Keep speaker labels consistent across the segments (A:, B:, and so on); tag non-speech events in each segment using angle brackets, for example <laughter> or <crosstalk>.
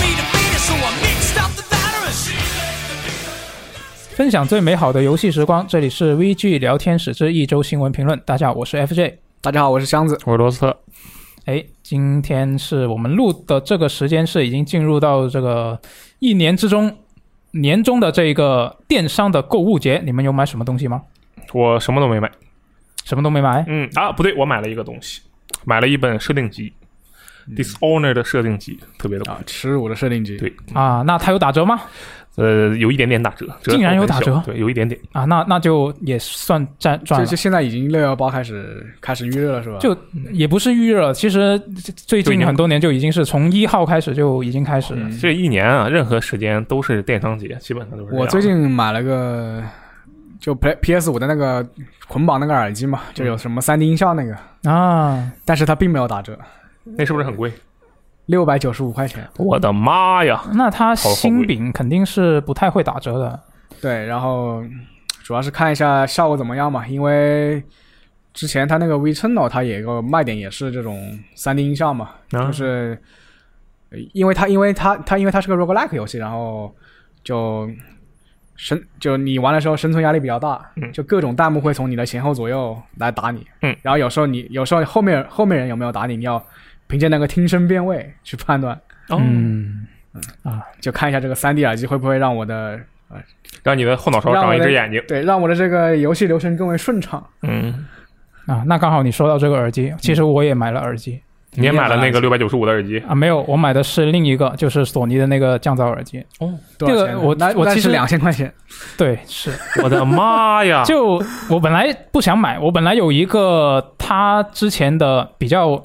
A: So I mixed up the batteries.
B: 分享最美好的游戏时光，这里是 VG 聊天室之一周新闻评论。大家好，我是 FJ。
C: 大家好，我是箱子。
D: 我是罗斯特，
B: 哎，今天是我们录的这个时间是已经进入到这个一年之中年中的这个电商的购物节，你们有买什么东西吗？
D: 我什么都没买。
B: 什么都没买，
D: 嗯啊，不对，我买了一个东西，买了一本设定集、d i s h o n o r 的设定集，特别的
C: 啊，耻辱的设定集，
D: 对
B: 啊，那它有打折吗？
D: 呃，有一点点打折，折
B: 竟然有打折
D: 很小对，有一点点。
B: 啊，那那就也算赚赚
C: 就
B: 了
C: 就。现在已经六幺八开始开始预热了，是吧？
B: 就也不是预热，其实最
D: 对
B: 近
D: 你
B: 很多年就已经是从一号开始就已经开始了。
C: 嗯
D: 这一年啊，任何时间都是电商节，基本上都是这样。
C: 我最近买了个就 P P S 五的那个捆绑那个耳机嘛，
D: 嗯
C: 就有什么三 D 音效那个，
B: 啊，
C: 但是它并没有打折，
D: 那是不是很贵？
C: 六百九十五块钱。
D: 我的妈呀！
B: 那它
D: 好好
B: 新
D: 贵
B: 饼肯定是不太会打折的。
C: 对，然后主要是看一下效果怎么样嘛，因为之前它那个 V Channel 它也有个卖点也是这种三 D 音效嘛，
D: 啊
C: 就是呃因为它因为它它因为它是个 roguelike 游戏，然后就生就你玩的时候生存压力比较大，
D: 嗯
C: 就各种弹幕会从你的前后左右来打你，
D: 嗯，
C: 然后有时候你有时候后面后面人有没有打你，你要凭借那个听声辨位去判断，
D: 哦，
B: 嗯，
C: 就看一下这个三 D 耳机会不会让我的
D: 让你的后脑勺
C: 让我
D: 长一
C: 的
D: 只眼睛。
C: 对让我的这个游戏流程更为顺畅。
D: 嗯，
B: 啊，那刚好你说到这个耳机，其实我也买了耳机
D: 你也买了那个六百九十五的耳
B: <laughs>
D: 机？
B: 啊，没有，我买的是另一个，就是索尼的那个降噪耳机。
D: 哦，
C: 多少
B: 这个
C: 钱呢？
B: 我
C: 那
B: 我
C: 那
B: 其
C: 是
B: 实
C: 两千块钱，
B: 对，是，
D: 我的妈 <laughs> 呀！
B: 就我本来不想买，我本来有一个它之前的比较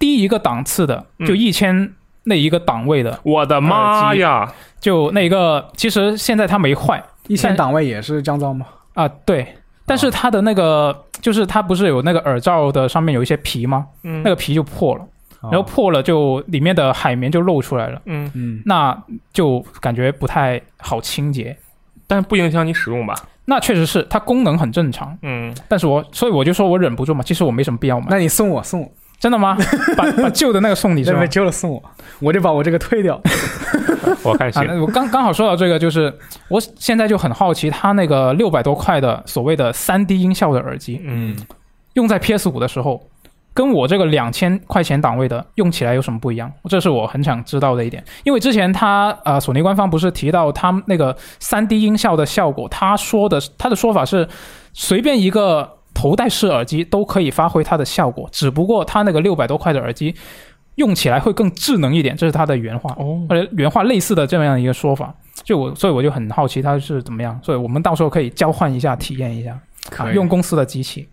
B: 低一个档次的，
D: 嗯
B: 就一千那一个档位的，
D: 我的妈呀！
B: 就那一个，其实现在它没坏但
C: 一千档位也是降噪吗？
B: 啊，对，但是它的那个就是它不是有那个耳罩的上面有一些皮吗？
D: 嗯
B: 那个皮就破了，然后
C: 哦
B: 破了就里面的海绵就露出来了。
D: 嗯，
C: 嗯，
B: 那就感觉不太好清洁。
D: 但不影响你使用吧？
B: 那确实是，它功能很正常，
D: 嗯，
B: 但是我所以我就说我忍不住嘛，其实我没什么必要买。
C: 那你送我送我，
B: 真
C: <laughs>
B: 的吗？把把旧的那个送你是
C: 那
B: 吗
C: 被？救了送我，我就把我这个退掉。
D: 我看
B: 啊，
D: 行。
B: 那我刚刚好说到这个，就是我现在就很好奇，它那个六百多块的所谓的三 D 音效的耳机，
D: 嗯，
B: 用在 PS 五的时候，跟我这个两千块钱档位的用起来有什么不一样？这是我很想知道的一点。因为之前他呃，索尼官方不是提到他们那个三 D 音效的效果，他说的他的说法是，随便一个头戴式耳机都可以发挥它的效果，只不过它那个六百多块的耳机用起来会更智能一点，这是他的原话。
D: 哦，
B: 或者原话类似的这样一个说法。就我，所以我就很好奇它是怎么样，所以我们到时候可以交换一下，体验一下，啊、
C: 以
B: 用公司的机器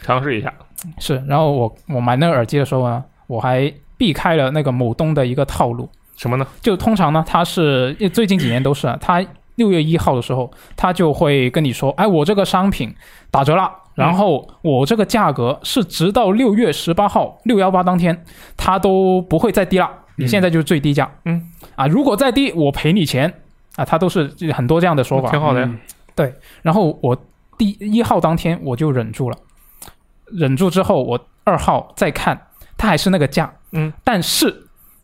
D: 尝试一下。
B: 是。然后我我买那个耳机的时候呢，我还避开了那个某东的一个套路，
D: 什么呢？
B: 就通常呢，它是最近几年都是啊，它六月一号的时候，它就会跟你说，哎，我这个商品打折了，然后我这个价格是直到六月十八号六幺八当天，它都不会再低了，你现在就是最低价。
D: 嗯，
B: 啊，如果再低，我赔你钱啊，它都是很多这样的说法。
D: 挺好的呀。
C: 嗯
B: 然后我第一号当天我就忍住了，忍住之后我二号再看，它还是那个价，
D: 嗯，
B: 但是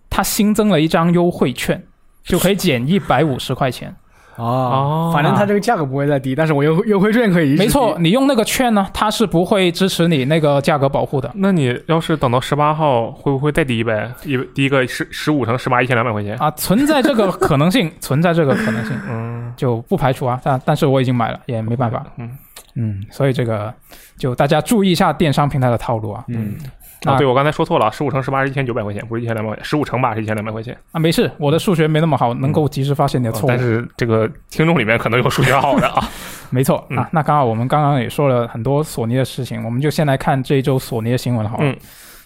B: 它新增了一张优惠券，就可以减一百五十块钱。
C: 哦
D: 哦
C: 反正它这个价格不会再低，但是我优优惠券可以一直
B: 没错，
C: 低，
B: 你用那个券呢，它是不会支持你那个价格保护的。
D: 那你要是等到十八号，会不会再低呗？一第一个十十五乘十八，一千两百块钱。
B: 啊，存在这个可能性，存在这个可能性
D: 嗯，
B: 就不排除啊，但但是我已经买了，也没办法，
D: 嗯，
B: 嗯，所以这个就大家注意一下电商平台的套路啊，
C: 嗯，
B: 啊
D: 啊，对我刚才说错了，十五乘十八是一千九百块钱，不是一千两百块钱，十五乘八是一千两百块钱。
B: 啊，没事，我的数学没那么好，能够及时发现你的
D: 哦
B: 啊错误，
D: 但是这个听众里面可能有数学好的
B: <laughs>
D: 啊。
B: 没错
D: 嗯
B: 啊，那刚好我们刚刚也说了很多索尼的事情，我们就先来看这一周索尼的新闻好了。
D: 嗯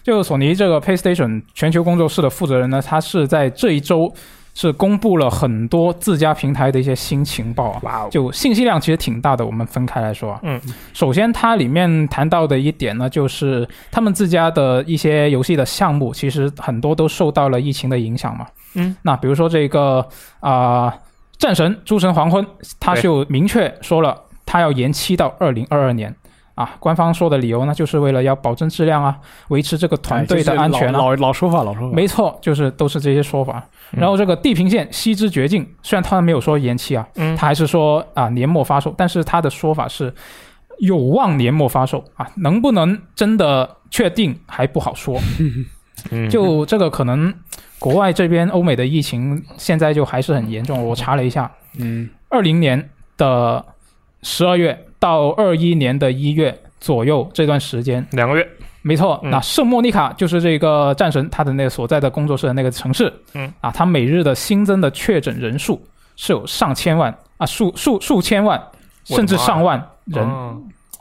B: 就索尼这个 PlayStation 全球工作室的负责人呢，他是在这一周是公布了很多自家平台的一些新情报啊，
D: 哇哦，
B: 就信息量其实挺大的，我们分开来说啊。
D: 嗯，
B: 首先它里面谈到的一点呢，就是他们自家的一些游戏的项目，其实很多都受到了疫情的影响嘛。
D: 嗯，
B: 那比如说这个啊、战神诸神黄昏，它
D: 对
B: 就明确说了，它要延期到二零二二年。啊，官方说的理由呢，就是为了要保证质量啊，维持这个团队
D: 哎
B: 的安全啊。
C: 哎老老老说法，老说
D: 嗯
C: 法。
B: 没错，就是都是这些说法。然后这个《地平线：西之绝境》，虽然他没有说延期啊，
D: 嗯
B: 他还是说啊年末发售，但是他的说法是有望年末发售啊，能不能真的确定还不好说。
D: 嗯，
B: 就这个可能，国外这边欧美的疫情现在就还是很严重。我查了一下，
C: 嗯，
B: 二零年的十二月到二一年的一月左右这段时间，
D: 两个月，
B: 没错，
D: 嗯
B: 那圣莫妮卡就是这个战神他的那个所在的工作室的那个城市，
D: 嗯
B: 啊，他每日的新增的确诊人数是有上千万啊，数数数千万，
D: 我的妈呀
B: 甚至上万人，
D: 啊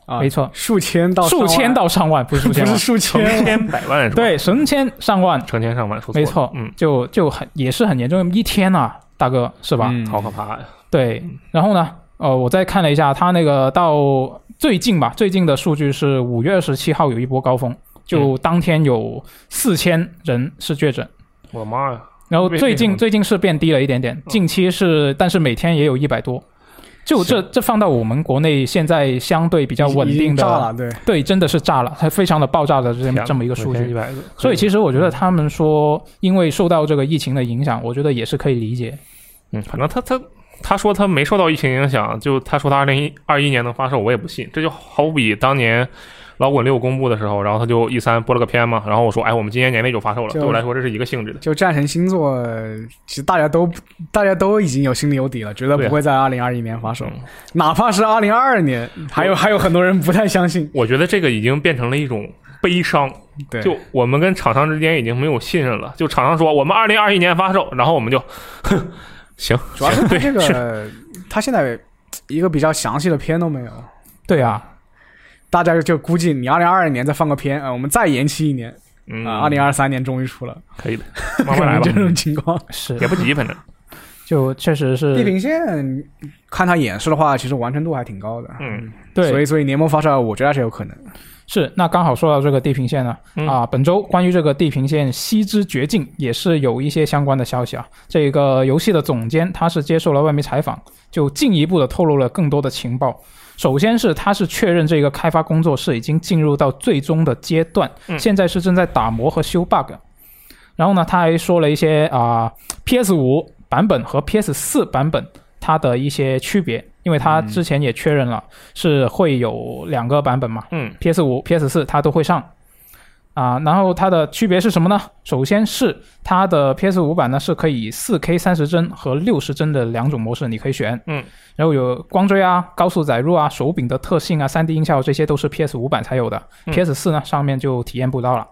C: 啊
B: 没错
C: 数千到
B: 数
C: 上万
B: 千到上万，不是数
C: 不
B: 千万
C: 是，数
D: 成
C: 千，
D: 千百万是吧？，
B: 对，成千上万，
D: 成千上万，说错了
B: 没错，
D: 嗯，
B: 就就很也是很严重，一天啊，大哥是吧？
C: 嗯
D: 好可怕呀，
B: 对，然后呢，呃，我再看了一下，它那个到最近吧，最近的数据是五月二十七号有一波高峰，
D: 嗯
B: 就当天有四千人是确诊，
D: 我的妈呀，
B: 然后
D: 为
B: 最
D: 为什
B: 近
D: 么
B: 最近是变低了一点点，
C: 嗯
B: 近期是，但是每天也有一百多。就这这放到我们国内现在相对比较稳
C: 已
B: 定
C: 经炸
B: 的，
C: 了，对，
B: 对，真的是炸了，它非常的爆炸的这么这么一个数据
D: 一。百个，
B: 所以其实我觉得他们说，因为受到这个疫情的影响，我觉得也是可以理解。
D: 嗯，反正他他他说他没受到疫情影响，就他说他二零二一年能发售，我也不信。这就好比当年老滚六公布的时候，然后他就 E 三播了个片嘛，然后我说，哎，我们今年年内就发售了。
C: 就
D: 对我来说，这是一个性质的。
C: 就战神星座，呃其实大家都大家都已经有心里有底了，觉得
D: 对啊
C: 不会在二零二一年发售
D: 嗯，
C: 哪怕是二零二二年，还有还有很多人不太相信。
D: 我觉得这个已经变成了一种悲伤，
C: 对，
D: 就我们跟厂商之间已经没有信任了。就厂商说我们二零二一年发售，然后我们就，哼，行，
C: 主要是啊他
D: 对
C: 这个，他现在一个比较详细的片都没有，
B: 对啊，
C: 大家就估计你二零二二年再放个片，呃，我们再延期一年，
D: 嗯，
C: 啊，二零二三年终于出了，
D: 可以的，慢
C: 可
D: 慢来
C: <laughs> 能
D: 吧
C: 这，种情况。
B: 是
D: 也不急，反正
B: 就确实
C: 地
B: 是
C: 平线，看他演示的话，其实完成度还挺高的，
D: 嗯，
C: 所
B: 对，
C: 以所以年末发售，我觉得还是有可能。
B: 是那刚好说到这个地平线呢
D: 嗯
B: 啊，本周关于这个地平线西之绝境也是有一些相关的消息啊。这个游戏的总监他是接受了外媒采访，就进一步的透露了更多的情报。首先是他是确认这个开发工作室已经进入到最终的阶段，
D: 嗯
B: 现在是正在打磨和修 bug。然后呢，他还说了一些啊、PS 五版本和 PS 四版本它的一些区别，因为他
D: 嗯
B: 之前也确认了是会有两个版本嘛，
D: 嗯
B: PS 五、PS 四它都会上啊。然后它的区别是什么呢？首先是它的 PS 五版呢是可以4 K 三十帧和六十帧的两种模式你可以选，
D: 嗯，
B: 然后有光追啊、高速载入啊、手柄的特性啊、3 D 音效这些都是 PS 五版才有的、
D: 嗯
B: p s 四呢上面就体验不到了。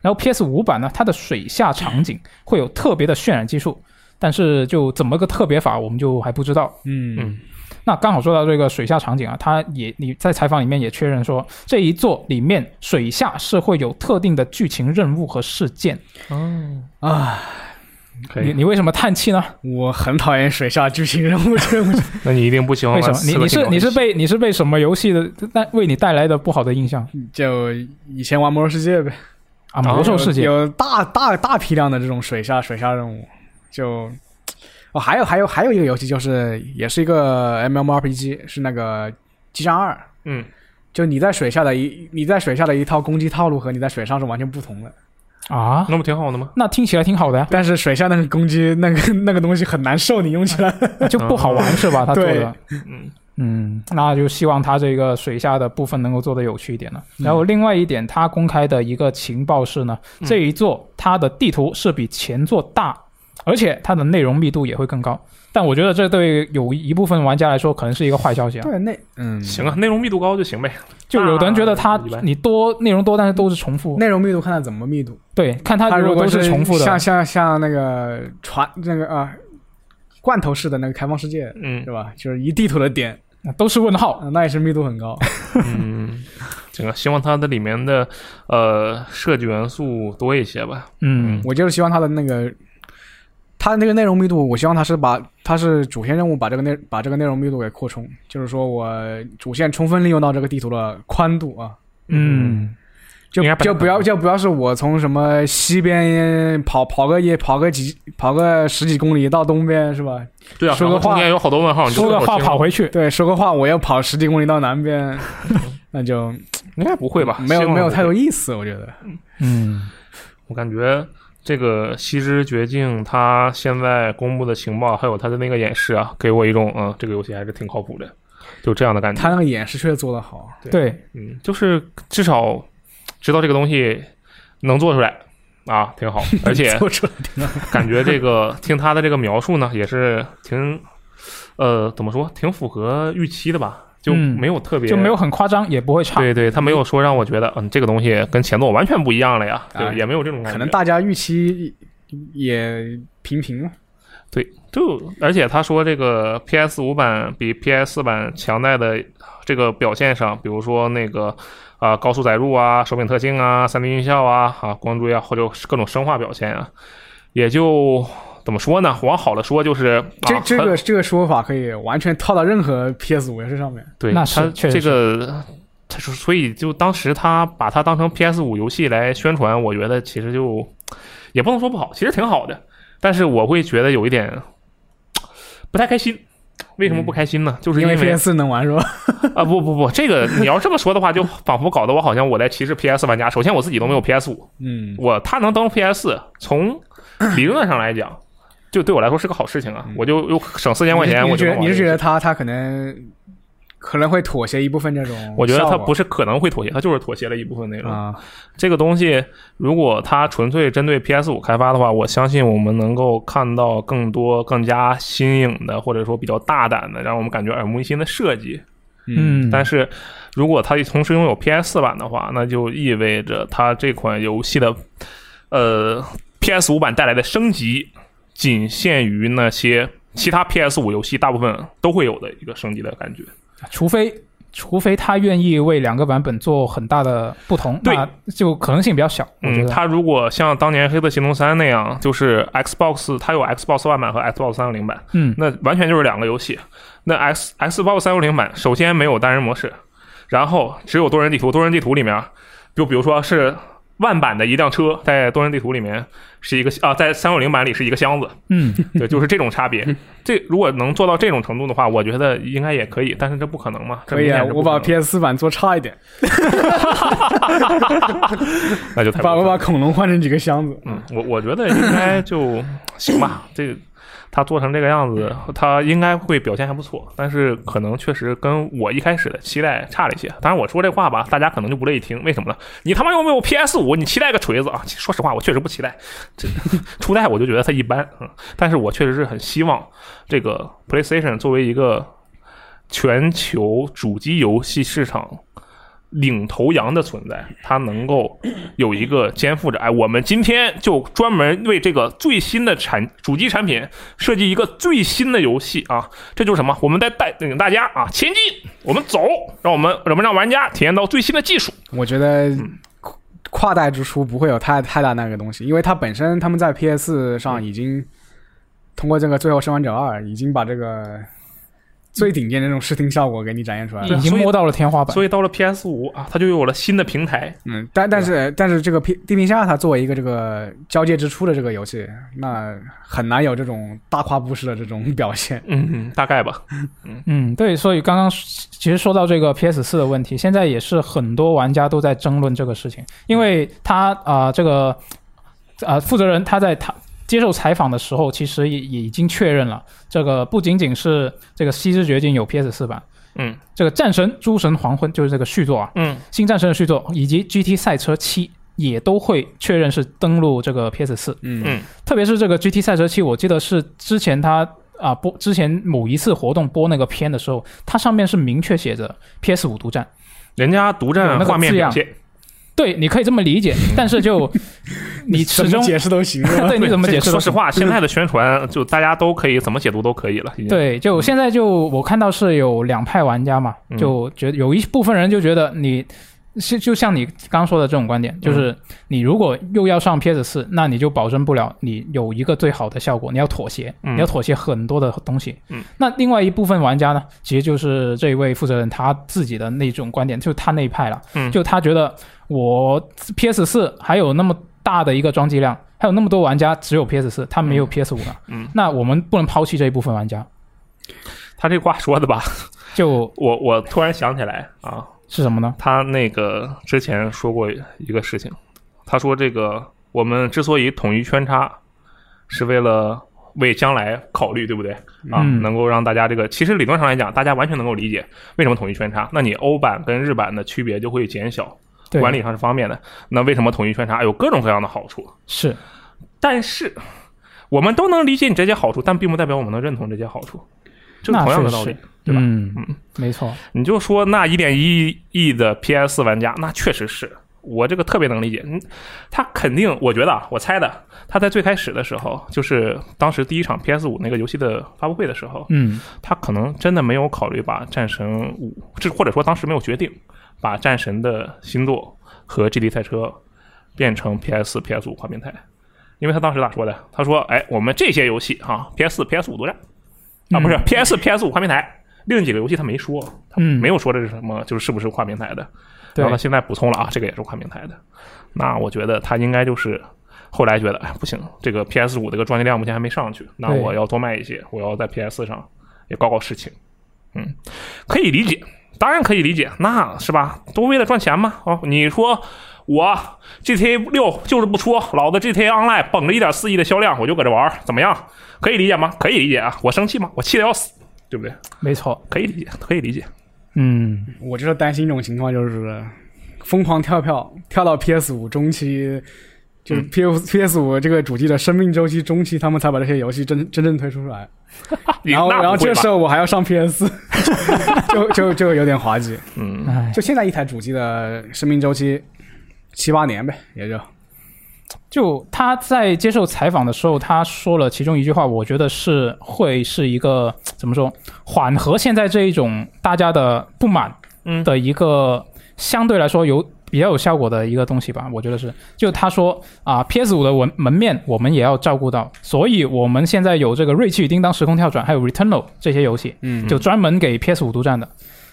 B: 然后 PS 五版呢，它的水下场景会有特别的渲染技术，但是就怎么个特别法，我们就还不知道。
C: 嗯
D: 嗯
B: 那刚好说到这个水下场景啊，他也你在采访里面也确认说，这一座里面水下是会有特定的剧情任务和事件。
C: 啊，
D: 可
B: 你
D: 以。
B: 你为什么叹气呢？
C: 我很讨厌水下剧情任务这种。
D: 那你一定不喜欢
B: 为
D: 玩
B: 什么？你
D: 刺客
B: 你是
D: 信条
B: 你是被你是被什么游戏的带为你带来的不好的印象
C: 就以前玩《魔兽世界》呗，
B: 啊？魔兽世界
C: 有有大大大批量的这种水下水下任务，就。哦，还有还有还有一个游戏，就是也是一个 MMORPG，是那个《机战二》，
D: 嗯
C: 就你在水下的一你在水下的一套攻击套路和你在水上是完全不同的。
B: 啊，
D: 那不挺好的吗？
B: 那听起来挺好的呀，
C: 但是水下那个攻击那个那个东西很难受，你用起来。
B: <laughs> 就不好玩是吧？他做的
C: 对。
D: 嗯
B: 嗯，那就希望它这个水下的部分能够做得有趣一点了。然后另外一点，它公开的一个情报是呢，这一座它的地图是比前座大，而且它的内容密度也会更高。但我觉得这对有一部分玩家来说可能是一个坏消息啊。
C: 对，那嗯，
D: 行啊，内容密度高就行呗。
B: 就有的人觉得它
D: 啊一般
B: 你多内容多，但是都是重复。
C: 内容密度看它怎么密度。
B: 对，看它
C: 它
B: 如果
C: 果
B: 都是重复的，
C: 像像像那个船那个啊、罐头式的那个开放世界，
D: 嗯
C: 是吧？就是一地图的点，
B: 都是问号。
C: 啊那也是密度很高。
D: 嗯，行啊，希望它的里面的呃设计元素多一些吧。
B: 嗯，
C: 我就是希望它的那个。它那个内容密度，我希望它是把它是主线任务把这个内把这个内容密度给扩充，就是说我主线充分利用到这个地图的宽度啊，
B: 嗯，
C: 就
D: 应该把
C: 就不要就不要是我从什么西边跑跑个一跑个几跑个十几公里到东边是吧？
D: 对啊，
C: 说
D: 然
C: 个
D: 后中
C: 话
D: 间有好多问号，你就
B: 说个
D: 不
B: 话
D: 清
B: 跑回去，
D: <laughs>
C: 对，说个话我要跑十几公里到南边，那就
D: 应该不会吧？
C: 没
D: 希
C: 有
D: 望
C: 没有
D: 不
C: 太
D: 会
C: 多意思，我觉得。
B: 嗯，
D: 我感觉这个《西之绝境》它现在公布的情报，还有它的那个演示啊，给我一种嗯，这个游戏还是挺靠谱的，就这样的感觉。
C: 他那个演示确实做得好，
B: 对，
D: 嗯，就是至少知道这个东西能做出来啊，
C: <laughs>
D: 挺好。而且
C: 做出来
D: 感觉这个听他的这个描述呢，也是挺呃怎么说，挺符合预期的吧，就
B: 嗯
D: 没有特别、
B: 就没有。很夸张，也不会差。
D: 对对，他没有说让我觉得，嗯，这个东西跟前作完全不一样了呀，
C: 啊
D: 就也没有这种感觉。
C: 可能大家预期也平平嘛。
D: 对，就而且他说这个 PS 五版比 PS 四版强在的这个表现上，比如说那个啊、高速载入啊、手柄特性啊、三 D 音效啊、啊光追啊，或者各种生化表现啊，也就怎么说呢？往好了说就是
C: 这
D: 啊、
C: 这
D: 很
C: 个这个说法可以完全套到任何 PS 五游戏上面。
D: 对，
B: 那是
D: 他
B: 确实
D: 这个。他说，所以就当时他把它当成 PS 五游戏来宣传，我觉得其实就也不能说不好，其实挺好的。但是我会觉得有一点不太开心。为什么不开心呢？就是
C: 嗯因
D: 为
C: PS 四能玩是吧？
D: 啊，不不不，这个你要这么说的话，就仿佛搞得我好像我在歧视 PS 玩家。首先我自己都没有 PS 五，
C: 嗯，
D: 我他能登录 PS，从理论上来讲，就对我来说是个好事情啊，我就又省四千块钱，
C: 嗯你
D: 我
C: 是
D: 就
C: 觉得
D: 能玩
C: 你是觉
D: 这个游
C: 得
D: 戏。
C: 他他可能可能会妥协一部分这种？
D: 我觉得他不
C: 是
D: 是可能会妥协，他就是妥协了一部分内容。
C: 啊，
D: 这个东西，如果它纯粹针对 PS 五开发的话，我相信我们能够看到更多、更加新颖的，或者说比较大胆的，让我们感觉耳目一新的设计。
B: 嗯，
D: 但是如果它同时拥有 PS 版的话，那就意味着它这款游戏的呃 PS 五版带来的升级，仅限于那些其他 PS 五游戏大部分都会有的一个升级的感觉。
B: 除非除非他愿意为两个版本做很大的不同，
D: 对，
B: 就可能性比较小。我觉
D: 嗯，
B: 得
D: 它如果像当年《黑色行动三》那样，就是 Xbox 它有 Xbox One 版和 Xbox 三六零版，
B: 嗯，
D: 那完全就是两个游戏。那 X Xbox 三六零版首先没有单人模式，然后只有多人地图。多人地图里面，就比如说是万版的一辆车，在多人地图里面是一个啊，在三六零版里是一个箱子，
B: 嗯，
D: 对，就是这种差别。
C: <laughs>
D: 这如果能做到这种程度的话，我觉得应该也可以，但是这不可能嘛？这
C: 可以啊，
D: 明显是不
C: 我把
D: 可能
C: PS 四版做差一点，
D: 那就太
C: 把我
D: 过分
C: 把
D: 了
C: 恐龙换成几个箱子。
D: 嗯，我我觉得应该就行吧，这。他做成这个样子，他应该会表现还不错，但是可能确实跟我一开始的期待差了一些。当然，我说这话吧，大家可能就不乐意听，为什么呢？你他妈又没有 PS 五，你期待个锤子啊！其实说实话，我确实不期待。这 <laughs> 初代我就觉得它一般，嗯，但是我确实是很希望这个 PlayStation 作为一个全球主机游戏市场领头羊的存在，它能够有一个肩负着，哎，我们今天就专门为这个最新的产主机产品设计一个最新的游戏啊，这就是什么？我们在带领大家啊前进，我们走，让我们我们让玩家体验到最新的技术。
C: 我觉得
D: 嗯
C: 跨跨代之出不会有太太大那个东西，因为它本身他们在 PS 上已经通过这个《最后生还者二》已经把这个最顶尖的这种视听效果给你展现出来了。
B: 已经
D: 所以
B: 摸到了天花板。
D: 所以到了 PS 五啊，它就有了新的平台，
C: 嗯，但但是但是这个《地地平线二》它作为一个这个交界之初的这个游戏，那很难有这种大跨步式的这种 <laughs> 表现。
D: 嗯，大概吧。
B: 嗯，对，所以刚刚其实说到这个 PS 四的问题，现在也是很多玩家都在争论这个事情，因为他啊、呃这个呃负责人他在他接受采访的时候，其实也也已经确认了，这个不仅仅是这个《西之绝境》有 PS 四版，
D: 嗯
B: 这个《战神：诸神黄昏》就是这个续作啊，
D: 嗯，
B: 《新战神》的续作以及 GT 赛车七也都会确认是登陆这个 PS 四，
C: 嗯
D: 嗯
B: 特别是这个 GT 赛车七，我记得是之前它啊播之前某一次活动播那个片的时候，它上面是明确写着 PS 五独占。
D: 人家独占画面表现，
B: 对，你可以这么理解，但是
C: <laughs>
B: 就你
C: 怎
B: 始
C: 么
B: 终
C: 解释都行，是吧
B: 对你怎么解释？
D: 说实，话，现在的宣传就大家都可以怎么解读都可以了。已经，
B: 对，就现在就我看到是有两派玩家嘛，
D: 嗯
B: 就觉得有一部分人就觉得你。是就像你刚说的这种观点，就是
D: 嗯
B: 你如果又要上 PS 四，那你就保证不了你有一个最好的效果，你要妥协，
D: 嗯
B: 你要妥协很多的东西。
D: 嗯，
B: 那另外一部分玩家呢，其实就是这一位负责人他自己的那种观点，就是他那一派了。
D: 嗯
B: 就他觉得我 PS 四还有那么大的一个装机量，还有那么多玩家只有 PS 四，他没有 PS 五了。
D: 嗯，
B: 那我们不能抛弃这一部分玩家，
D: 他这话说的吧，
B: 就
D: 我我突然想起来啊，
B: 是什么呢？
D: 他那个之前说过一个事情，他说这个我们之所以统一圈叉，是为了为将来考虑，对不对？啊，
B: 嗯
D: 能够让大家这个，其实理论上来讲，大家完全能够理解为什么统一圈叉。那你欧版跟日版的区别就会减小，
B: 对，
D: 管理上是方便的。那为什么统一圈叉有各种各样的好处？
B: 是
D: 但是我们都能理解你这些好处，但并不代表我们能认同这些好处，这是
B: 那
D: 同样的
B: 确
D: 道理
B: 实。
D: 对吧
B: 嗯
D: 嗯，
B: 没错，
D: 你就说那一点一亿的 PS 玩家，那确实是我这个特别能理解。嗯，他肯定，我觉得啊，我猜的，他在最开始的时候，就是当时第一场 PS 五那个游戏的发布会的时候，
B: 嗯，
D: 他可能真的没有考虑把战神五，这或者说当时没有决定把战神的新作和 GT 赛车变成 PS、PS 五跨平台，因为他当时咋说的？他说：“哎，我们这些游戏哈、PS、PS 五独占啊，不是
B: 嗯
D: PS、PS 五跨平台，另几个游戏他没说，他
B: 嗯
D: 没有说这是什么，就是是不是跨平台的。
B: 对
D: 然后他现在补充了啊，这个也是跨平台的。那我觉得他应该就是后来觉得，哎，不行，这个 PS 五这个装机量目前还没上去，那
B: 对
D: 我要多卖一些，我要在 PS 上也搞搞事情。嗯，可以理解，当然可以理解，那是吧？都为了赚钱嘛。哦，你说我 GTA 六就是不出，老子 GTA Online 捧着一点四亿的销量，我就搁这玩儿，怎么样？可以理解吗？可以理解啊。我生气吗？我气得要死，对不对？
B: 没错，
D: 可以理解，可以理解。
B: 嗯，
C: 我就是担心一种情况，就是疯狂跳票，跳到 PS 五中期，就是 P PS 五这个主机的生命周期中期，他们才把这些游戏真真正推出出来。然后，
D: 那不
C: 然后
D: 会
C: 这
D: 吧
C: 时候我还要上 PS，就就就有点滑稽。
D: 嗯，
B: 哎，
C: 就现在一台主机的生命周期七八年呗，也就
B: 就他在接受采访的时候，他说了其中一句话，我觉得是会是一个怎么说，缓和现在这一种大家的不满
D: 嗯
B: 的一个相对来说有比较有效果的一个东西吧。我觉得是，就他说啊，PS 五的文门面我们也要照顾到，所以我们现在有这个《锐气与叮当》《时空跳转》还有《Returnal》这些游戏，
C: 嗯
B: 就专门给 PS 五独占的。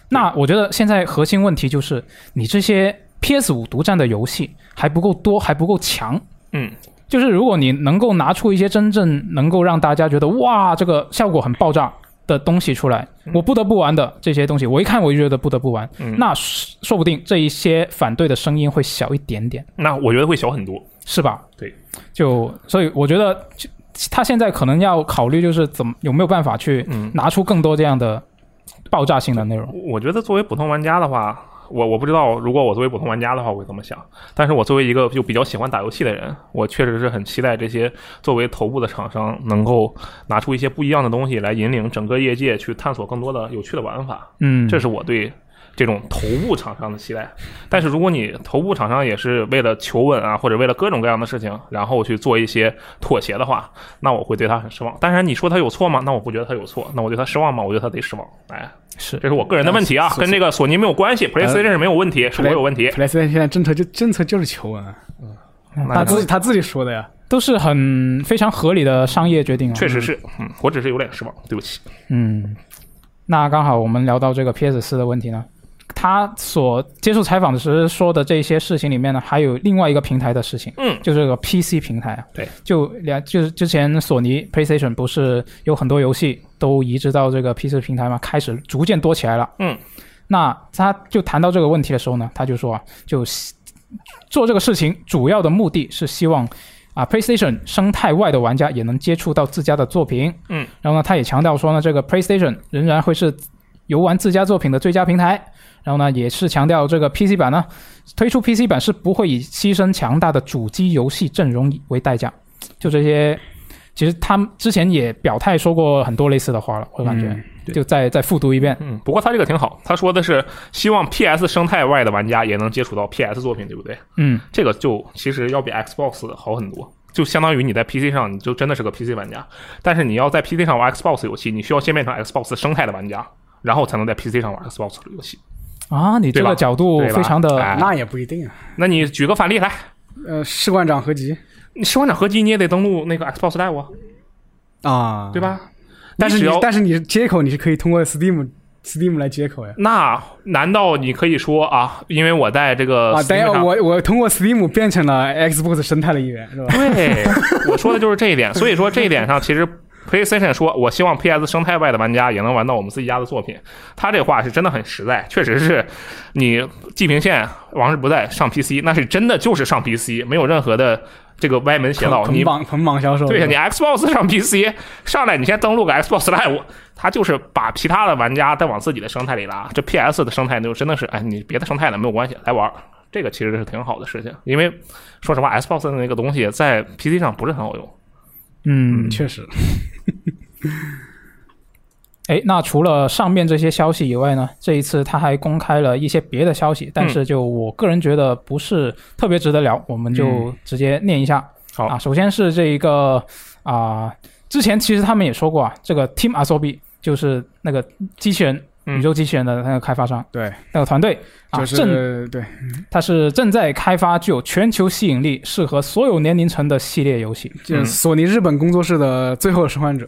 B: 那我觉得现在核心问题就是，你这些 PS 五独占的游戏还不够多，还不够强。
D: 嗯，
B: 就是如果你能够拿出一些真正能够让大家觉得哇，这个效果很爆炸的东西出来，我不得不玩的这些东西，我一看我就觉得不得不玩，
D: 嗯
B: 那说说不定这一些反对的声音会小一点点，
D: 那我觉得会小很多。
B: 是吧？
D: 对，
B: 就所以我觉得就他现在可能要考虑就是怎么有没有办法去
D: 嗯
B: 拿出更多这样的爆炸性的内容。
D: 我觉得作为普通玩家的话，我我不知道，如果我作为普通玩家的话，我会怎么想。但是我作为一个就比较喜欢打游戏的人，我确实是很期待这些作为头部的厂商能够拿出一些不一样的东西来引领整个业界去探索更多的有趣的玩法。
B: 嗯，
D: 这是我对这种头部厂商的期待。但是如果你头部厂商也是为了求稳啊，或者为了各种各样的事情，然后去做一些妥协的话，那我会对他很失望。当然，你说他有错吗？那我不觉得他有错。那我对他失望吗？我觉得他得失望。哎，
B: 是
D: 这是我个人的问题啊，跟这个索尼没有关系，PlayStation 是没有问题，是我有问题。
C: PlayStation 现在政策就政策就是求稳啊，
D: 那
C: 他
D: 就嗯
C: 自己他自己说的呀。
B: 都是很非常合理的商业决定啊。
D: 确实是，嗯，我只是有点失望，对不起。
B: 嗯，那刚好我们聊到这个 PS 四的问题呢，他所接受采访时说的这些事情里面呢，还有另外一个平台的事情，
D: 嗯
B: 就是这个 PC 平台啊，
D: 对，
B: 就两就是之前索尼 PlayStation 不是有很多游戏都移植到这个 PC 平台嘛，开始逐渐多起来了，
D: 嗯，
B: 那他就谈到这个问题的时候呢，他就说啊，就希做这个事情主要的目的是希望。啊，PlayStation 生态外的玩家也能接触到自家的作品，然后呢，他也强调说呢，这个 PlayStation 仍然会是游玩自家作品的最佳平台。然后呢，也是强调这个 PC 版呢，推出 PC 版是不会以牺牲强大的主机游戏阵容为代价。就这些，其实他们之前也表态说过很多类似的话了，我感觉、
C: 嗯
B: 就再再复读一遍。
D: 嗯，不过他这个挺好，他说的是希望 PS 生态外的玩家也能接触到 PS 作品，对不对？
B: 嗯，
D: 这个就其实要比 Xbox 好很多，就相当于你在 PC 上你就真的是个 PC 玩家，但是你要在 PC 上玩 Xbox 游戏，你需要先变成 Xbox 生态的玩家，然后才能在 PC 上玩 Xbox 的游戏。
B: 啊，你这
D: 对
B: 个
D: 吧
B: 角度
D: 对吧
B: 非常的
D: 哎
C: 那也不一定啊。
D: 那你举个反例来，
C: 呃，士官长合集
D: 你《士官长合集》你也得登录那个 Xbox Live，啊
C: 啊，
D: 对？吧？
C: 但是
D: 你只
C: 你
D: 要
C: 但是你接口你是可以通过 Steam Steam 来接口呀。
D: 那难道你可以说啊？因为我在这个
C: 啊，等一
D: 呃
C: 下，
D: Steam 上
C: 我我通过 Steam 变成了 Xbox 生态的一员，是吧？
D: 对，我说的就是这一点。所以说这一点上，其实 PlayStation 说：“我希望 PS 生态外的玩家也能玩到我们自己家的作品。”他这话是真的很实在，确实是你地平线王室不在上 PC，那是真的就是上 PC，没有任何的这个歪门邪道。
C: 捆
D: 你
C: 绑捆绑销售，
D: 对呀，你啊 Xbox 上 PC 上来，你先登录个 Xbox Live，它就是把其他的玩家再往自己的生态里拉。这 PS 的生态就真的是，哎，你别的生态了没有关系，来玩儿。这个其实是挺好的事情，因为说实话，Xbox 的那个东西在 PC 上不是很好用。
B: 嗯，
C: 确实，
B: 哎，那除了上面这些消息以外呢，这一次他还公开了一些别的消息，但是就我个人觉得不是特别值得聊，我们就直接念一下。
D: 好
B: 啊，首先是这一个啊、之前其实他们也说过啊，这个 Team Asobi 就是那个机器人。
D: 嗯
B: 宇宙机器人的那个开发商，
C: 对，
B: 那个团队啊，
C: 就
B: 正
C: 是
D: 嗯
C: 对，
B: 它是正在开发具有全球吸引力、适合所有年龄层的系列游戏。
C: 就是索尼日本工作室的最后的生还者，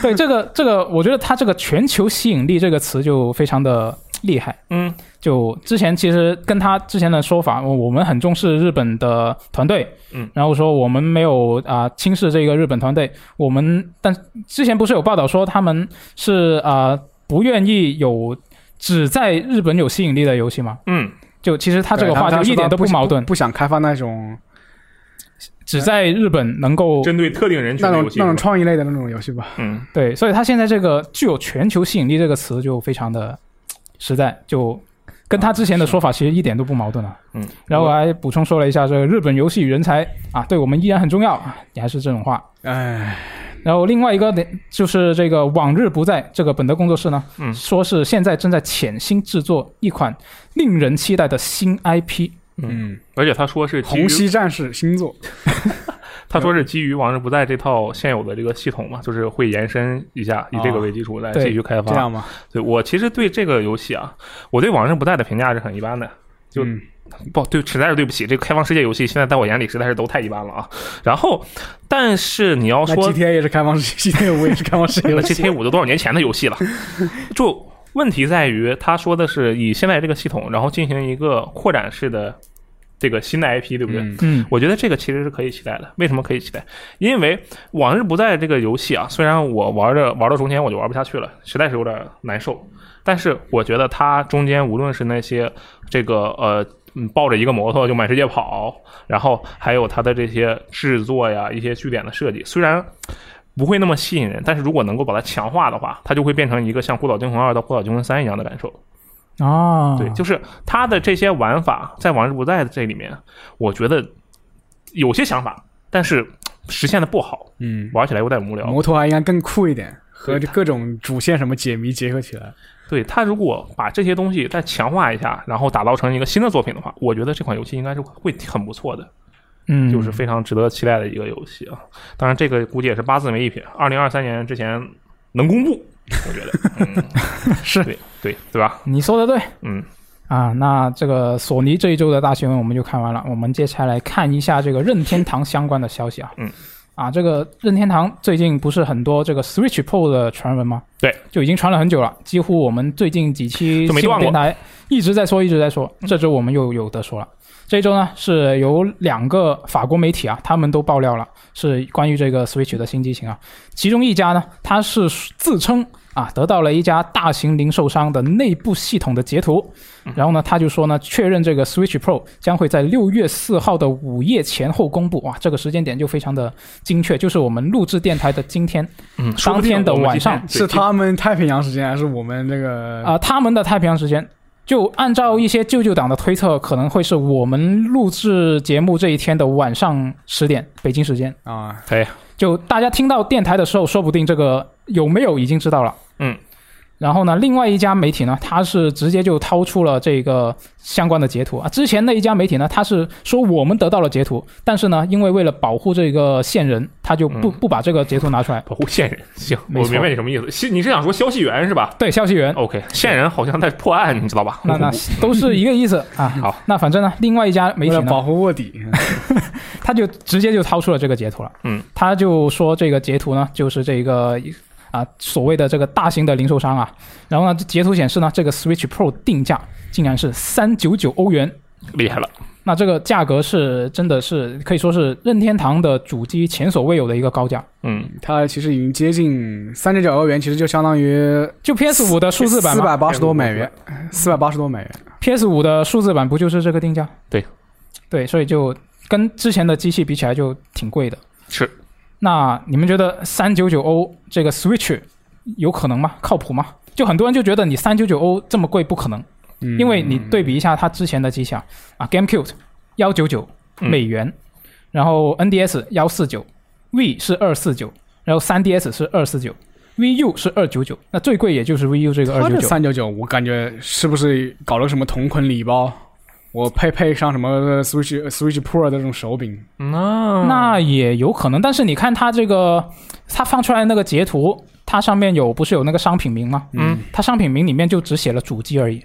B: 对这个这个，我觉得它这个“全球吸引力”这个词就非常的厉害。
D: 嗯
B: 就之前其实跟他之前的说法，我我们很重视日本的团队，
D: 嗯，
B: 然后说我们没有啊、轻视这个日本团队，我们但之前不是有报道说他们是啊、不愿意有只在日本有吸引力的游戏吗？
D: 嗯，
B: 就其实他
C: 他
B: 这个话就一点都
C: 不
B: 不矛盾，
C: 不想开发那种
B: 只在日本能够
D: 针对特定人群
C: 那
D: 的
C: 种
D: 游戏
C: 那，种创意类的那种游戏吧。
D: 嗯
B: 对，所以他现在这个具有全球吸引力这个词就非常的实在，就跟他之前的说法其实一点都不矛盾啊。
D: 嗯，
B: 然后我还补充说了一下，这个日本游戏人才啊，对我们依然很重要啊，也还是这种话。
C: 哎，
B: 然后另外一个呢，就是这个往日不在这个本德工作室呢，
D: 嗯
B: 说是现在正在潜心制作一款令人期待的新 IP。
C: 嗯，
D: 而且他说是基于
C: 红溪战士星座，
D: 他说是基于《往日不在》这套现有的这个系统嘛，就是会延伸一下，以这个为基础来
B: 对
D: 继续开
C: 啊这
D: 发。
C: 样吗？
D: 对我其实对这个游戏啊，我对《往日不在》的评价是很一般的。就
C: 嗯
D: 不对，实在是对不起，这个开放世界游戏现在在我眼里实在是都太一般了啊。然后，但是你要
C: 那
D: 说
C: GTA 也是开放世界，GTA
D: <laughs>
C: 五也是开放世界
D: 那
C: 游
D: G
C: 戏
D: T A 五都多少年前的
C: <laughs>
D: 游戏了，就问题在于他说的是以现在这个系统，然后进行一个扩展式的这个新的 I P，对不对？
C: 嗯
B: 嗯，
D: 我觉得这个其实是可以期待的。为什么可以期待？因为《往日不在》这个游戏啊，虽然我玩着玩到中间我就玩不下去了，实在是有点难受。但是我觉得它中间无论是那些这个呃。嗯，抱着一个摩托就满世界跑，然后还有它的这些制作呀、一些据点的设计，虽然不会那么吸引人，但是如果能够把它强化的话，它就会变成一个像《孤岛惊魂二》到《孤岛惊魂三》一样的感受。
C: 哦 <laughs>
B: 啊，
D: 对，就是它的这些玩法在《往日不在》这里面，我觉得有些想法，但是实现的不好，
C: 嗯，
D: 玩起来有点无聊。
C: 摩托还应该更酷一点，和
D: 对
C: 各种主线什么解谜结合起来。
D: 对它如果把这些东西再强化一下，然后打造成一个新的作品的话，我觉得这款游戏应该是会很不错的，
B: 嗯，
D: 就是非常值得期待的一个游戏啊。当然，这个估计也是八字没一撇，啊二零二三年之前能公布，我
B: <laughs>
D: 觉得，嗯，
C: 是
D: 对对对吧？
B: 你说的对。
D: 嗯，
B: 啊，那这个索尼这一周的大新闻我们就看完了，我们接下来看一下这个任天堂相关的消息啊。
D: 嗯。
B: 啊，这个任天堂最近不是很多这个 Switch Pro 的传闻吗？
D: 对，
B: 就已经传了很久了，几乎我们最近几期
D: 就没
B: 新闻
D: 断过嗯
B: 电台一直在说，一直在说。这周我们又有的说了。这一周呢，是有两个法国媒体啊，他们都爆料了，是关于这个 Switch 的新机型啊。其中一家呢，它是自称啊得到了一家大型零售商的内部系统的截图，然后呢，他就说呢，确认这个 Switch Pro 将会在六月四号的午夜前后公布。哇，这个时间点就非常的精确，就是我们录制电台的今天
D: 嗯，说不定
B: 当天的
D: 我们
B: 晚
D: 今天
B: 上
D: 对
C: 是他们太平洋时间，还是我们这个
B: 啊、他们的太平洋时间。就按照一些舅舅党的推测，可能会是我们录制节目这一天的晚上十点北京时间。
C: 啊？
D: 可以，
B: 就大家听到电台的时候，说不定这个有没有已经知道了。
D: 嗯。
B: 然后呢，另外一家媒体呢，它是直接就掏出了这个相关的截图啊。之前那一家媒体呢，它是说我们得到了截图，但是呢，因为为了保护这个线人，他就不
D: 嗯
B: 不把这个截图拿出来。
D: 保护线人，行，
B: 没
D: 我
B: 错
D: 明白你什么意思。是你是想说消息源是吧？
B: 对，消息源，
D: OK，线人好像在破案，你知道吧？
B: 哎那那都是一个意思啊。
D: 哦 <laughs> 好，
B: 那反正呢，另外一家媒
C: 为
B: 体
C: 了
B: 呢，
C: 保护卧 <laughs> 底，
B: 他就直接就掏出了这个截图了。
D: 嗯，
B: 他就说这个截图呢，就是这个啊所谓的这个大型的零售商啊。然后呢，这截图显示呢，这个 Switch Pro 定价竟然是三九九欧元，
D: <laughs> 厉害了，
B: 那这个价格是真的是可以说是任天堂的主机前所未有的一个高价，
D: 嗯，
C: 它其实已经接近三十九欧元，其实就相当于
B: 就 PS 五的数字版
C: 四
B: 嘛
C: 百八十多美元，四百八十多美元。
B: ，PS 五的数字版不就是这个定价？
D: 对，
B: 对，所以就跟之前的机器比起来就挺贵的。
D: 是，
B: 那你们觉得三九九欧这个 Switch 有可能吗？靠谱吗？就很多人就觉得你三九九欧这么贵不可能，
C: 嗯
B: 因为你对比一下它之前的机器啊，啊 GameCube 幺九九
D: 嗯
B: 美元，然后 NDS 幺四九，V 是二四九，然后 3DS 是二四九，VU 是二九九，那最贵也就是 VU 这个
C: 它
B: 二九
C: 这
B: 九。
C: 三九九，我感觉是不是搞了个什么同捆礼包？我配配上什么 Switch Switch Pro 的这种手柄，
D: 那
B: 那也有可能，但是你看它这个，它放出来那个截图，它上面有不是有那个商品名吗？
D: 嗯，
B: 它商品名里面就只写了主机而已。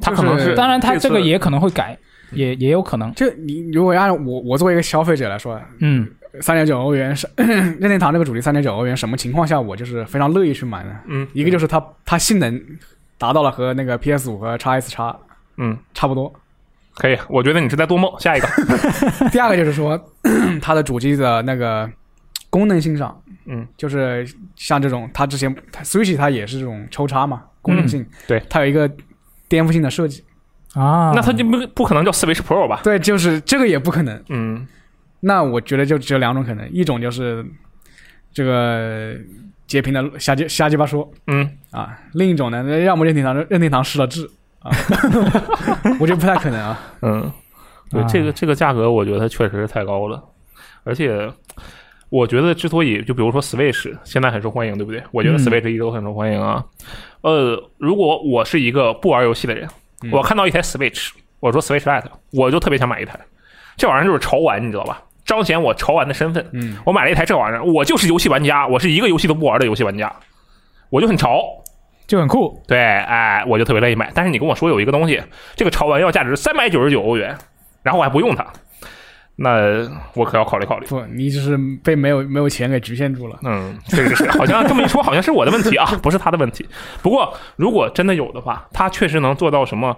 D: 他可能
C: 就是
D: 嗯是，
B: 当然，它这个
D: 次
B: 也可能会改，也也有可能。
C: 就你如果按我我作为一个消费者来说，
B: 嗯，
C: 三点九欧元是 <clears throat> 任天堂这个主力三点九欧元，什么情况下我就是非常乐意去买呢？
D: 嗯，
C: 一个就是它它性能达到了和那个 PS 五和 x S 叉
D: 嗯，
C: 差不多。 <laughs>
D: 可以，我觉得你是在做梦。下一个，
C: 第二个就是说 <clears throat> 它的主机的那个功能性上，
D: 嗯，
C: 就是像这种它之前它 Switch 它也是这种抽插嘛，功能性，
D: 嗯对，
C: 它有一个颠覆性的设计，
B: 啊，
D: 嗯那他就不不可能叫 Switch Pro 吧？
C: 对，就是这个也不可能。
D: 嗯
C: 那我觉得就只有两种可能，一种就是这个截屏的瞎鸡瞎鸡巴说。
D: 嗯，
C: 啊，另一种呢，那要么任天堂任天堂失了智啊，我觉得不太可能啊。
D: 嗯，对，
B: 啊
D: 这个这个价格，我觉得它确实是太高了，而且我觉得之所以就比如说 Switch 现在很受欢迎，对不对？我觉得
B: 嗯
D: Switch 一直都很受欢迎啊。呃，如果我是一个不玩游戏的人，
C: 嗯
D: 我看到一台 Switch，我说 Switch Lite，我就特别想买一台，这玩意儿就是潮玩，你知道吧？彰显我潮玩的身份。
C: 嗯，
D: 我买了一台这玩意儿，我就是游戏玩家，我是一个游戏都不玩的游戏玩家，我就很潮。
B: 就很酷。
D: 对，哎，我就特别乐意买。但是你跟我说有一个东西，这个潮玩要价值三百九十九欧元，然后我还不用它，那我可要考虑考虑。
C: 不，你只是被没有没有钱给局限住了。
D: 嗯，这个是好像这么一说，好像是我的问题啊，不是他的问题。不过如果真的有的话，他确实能做到什么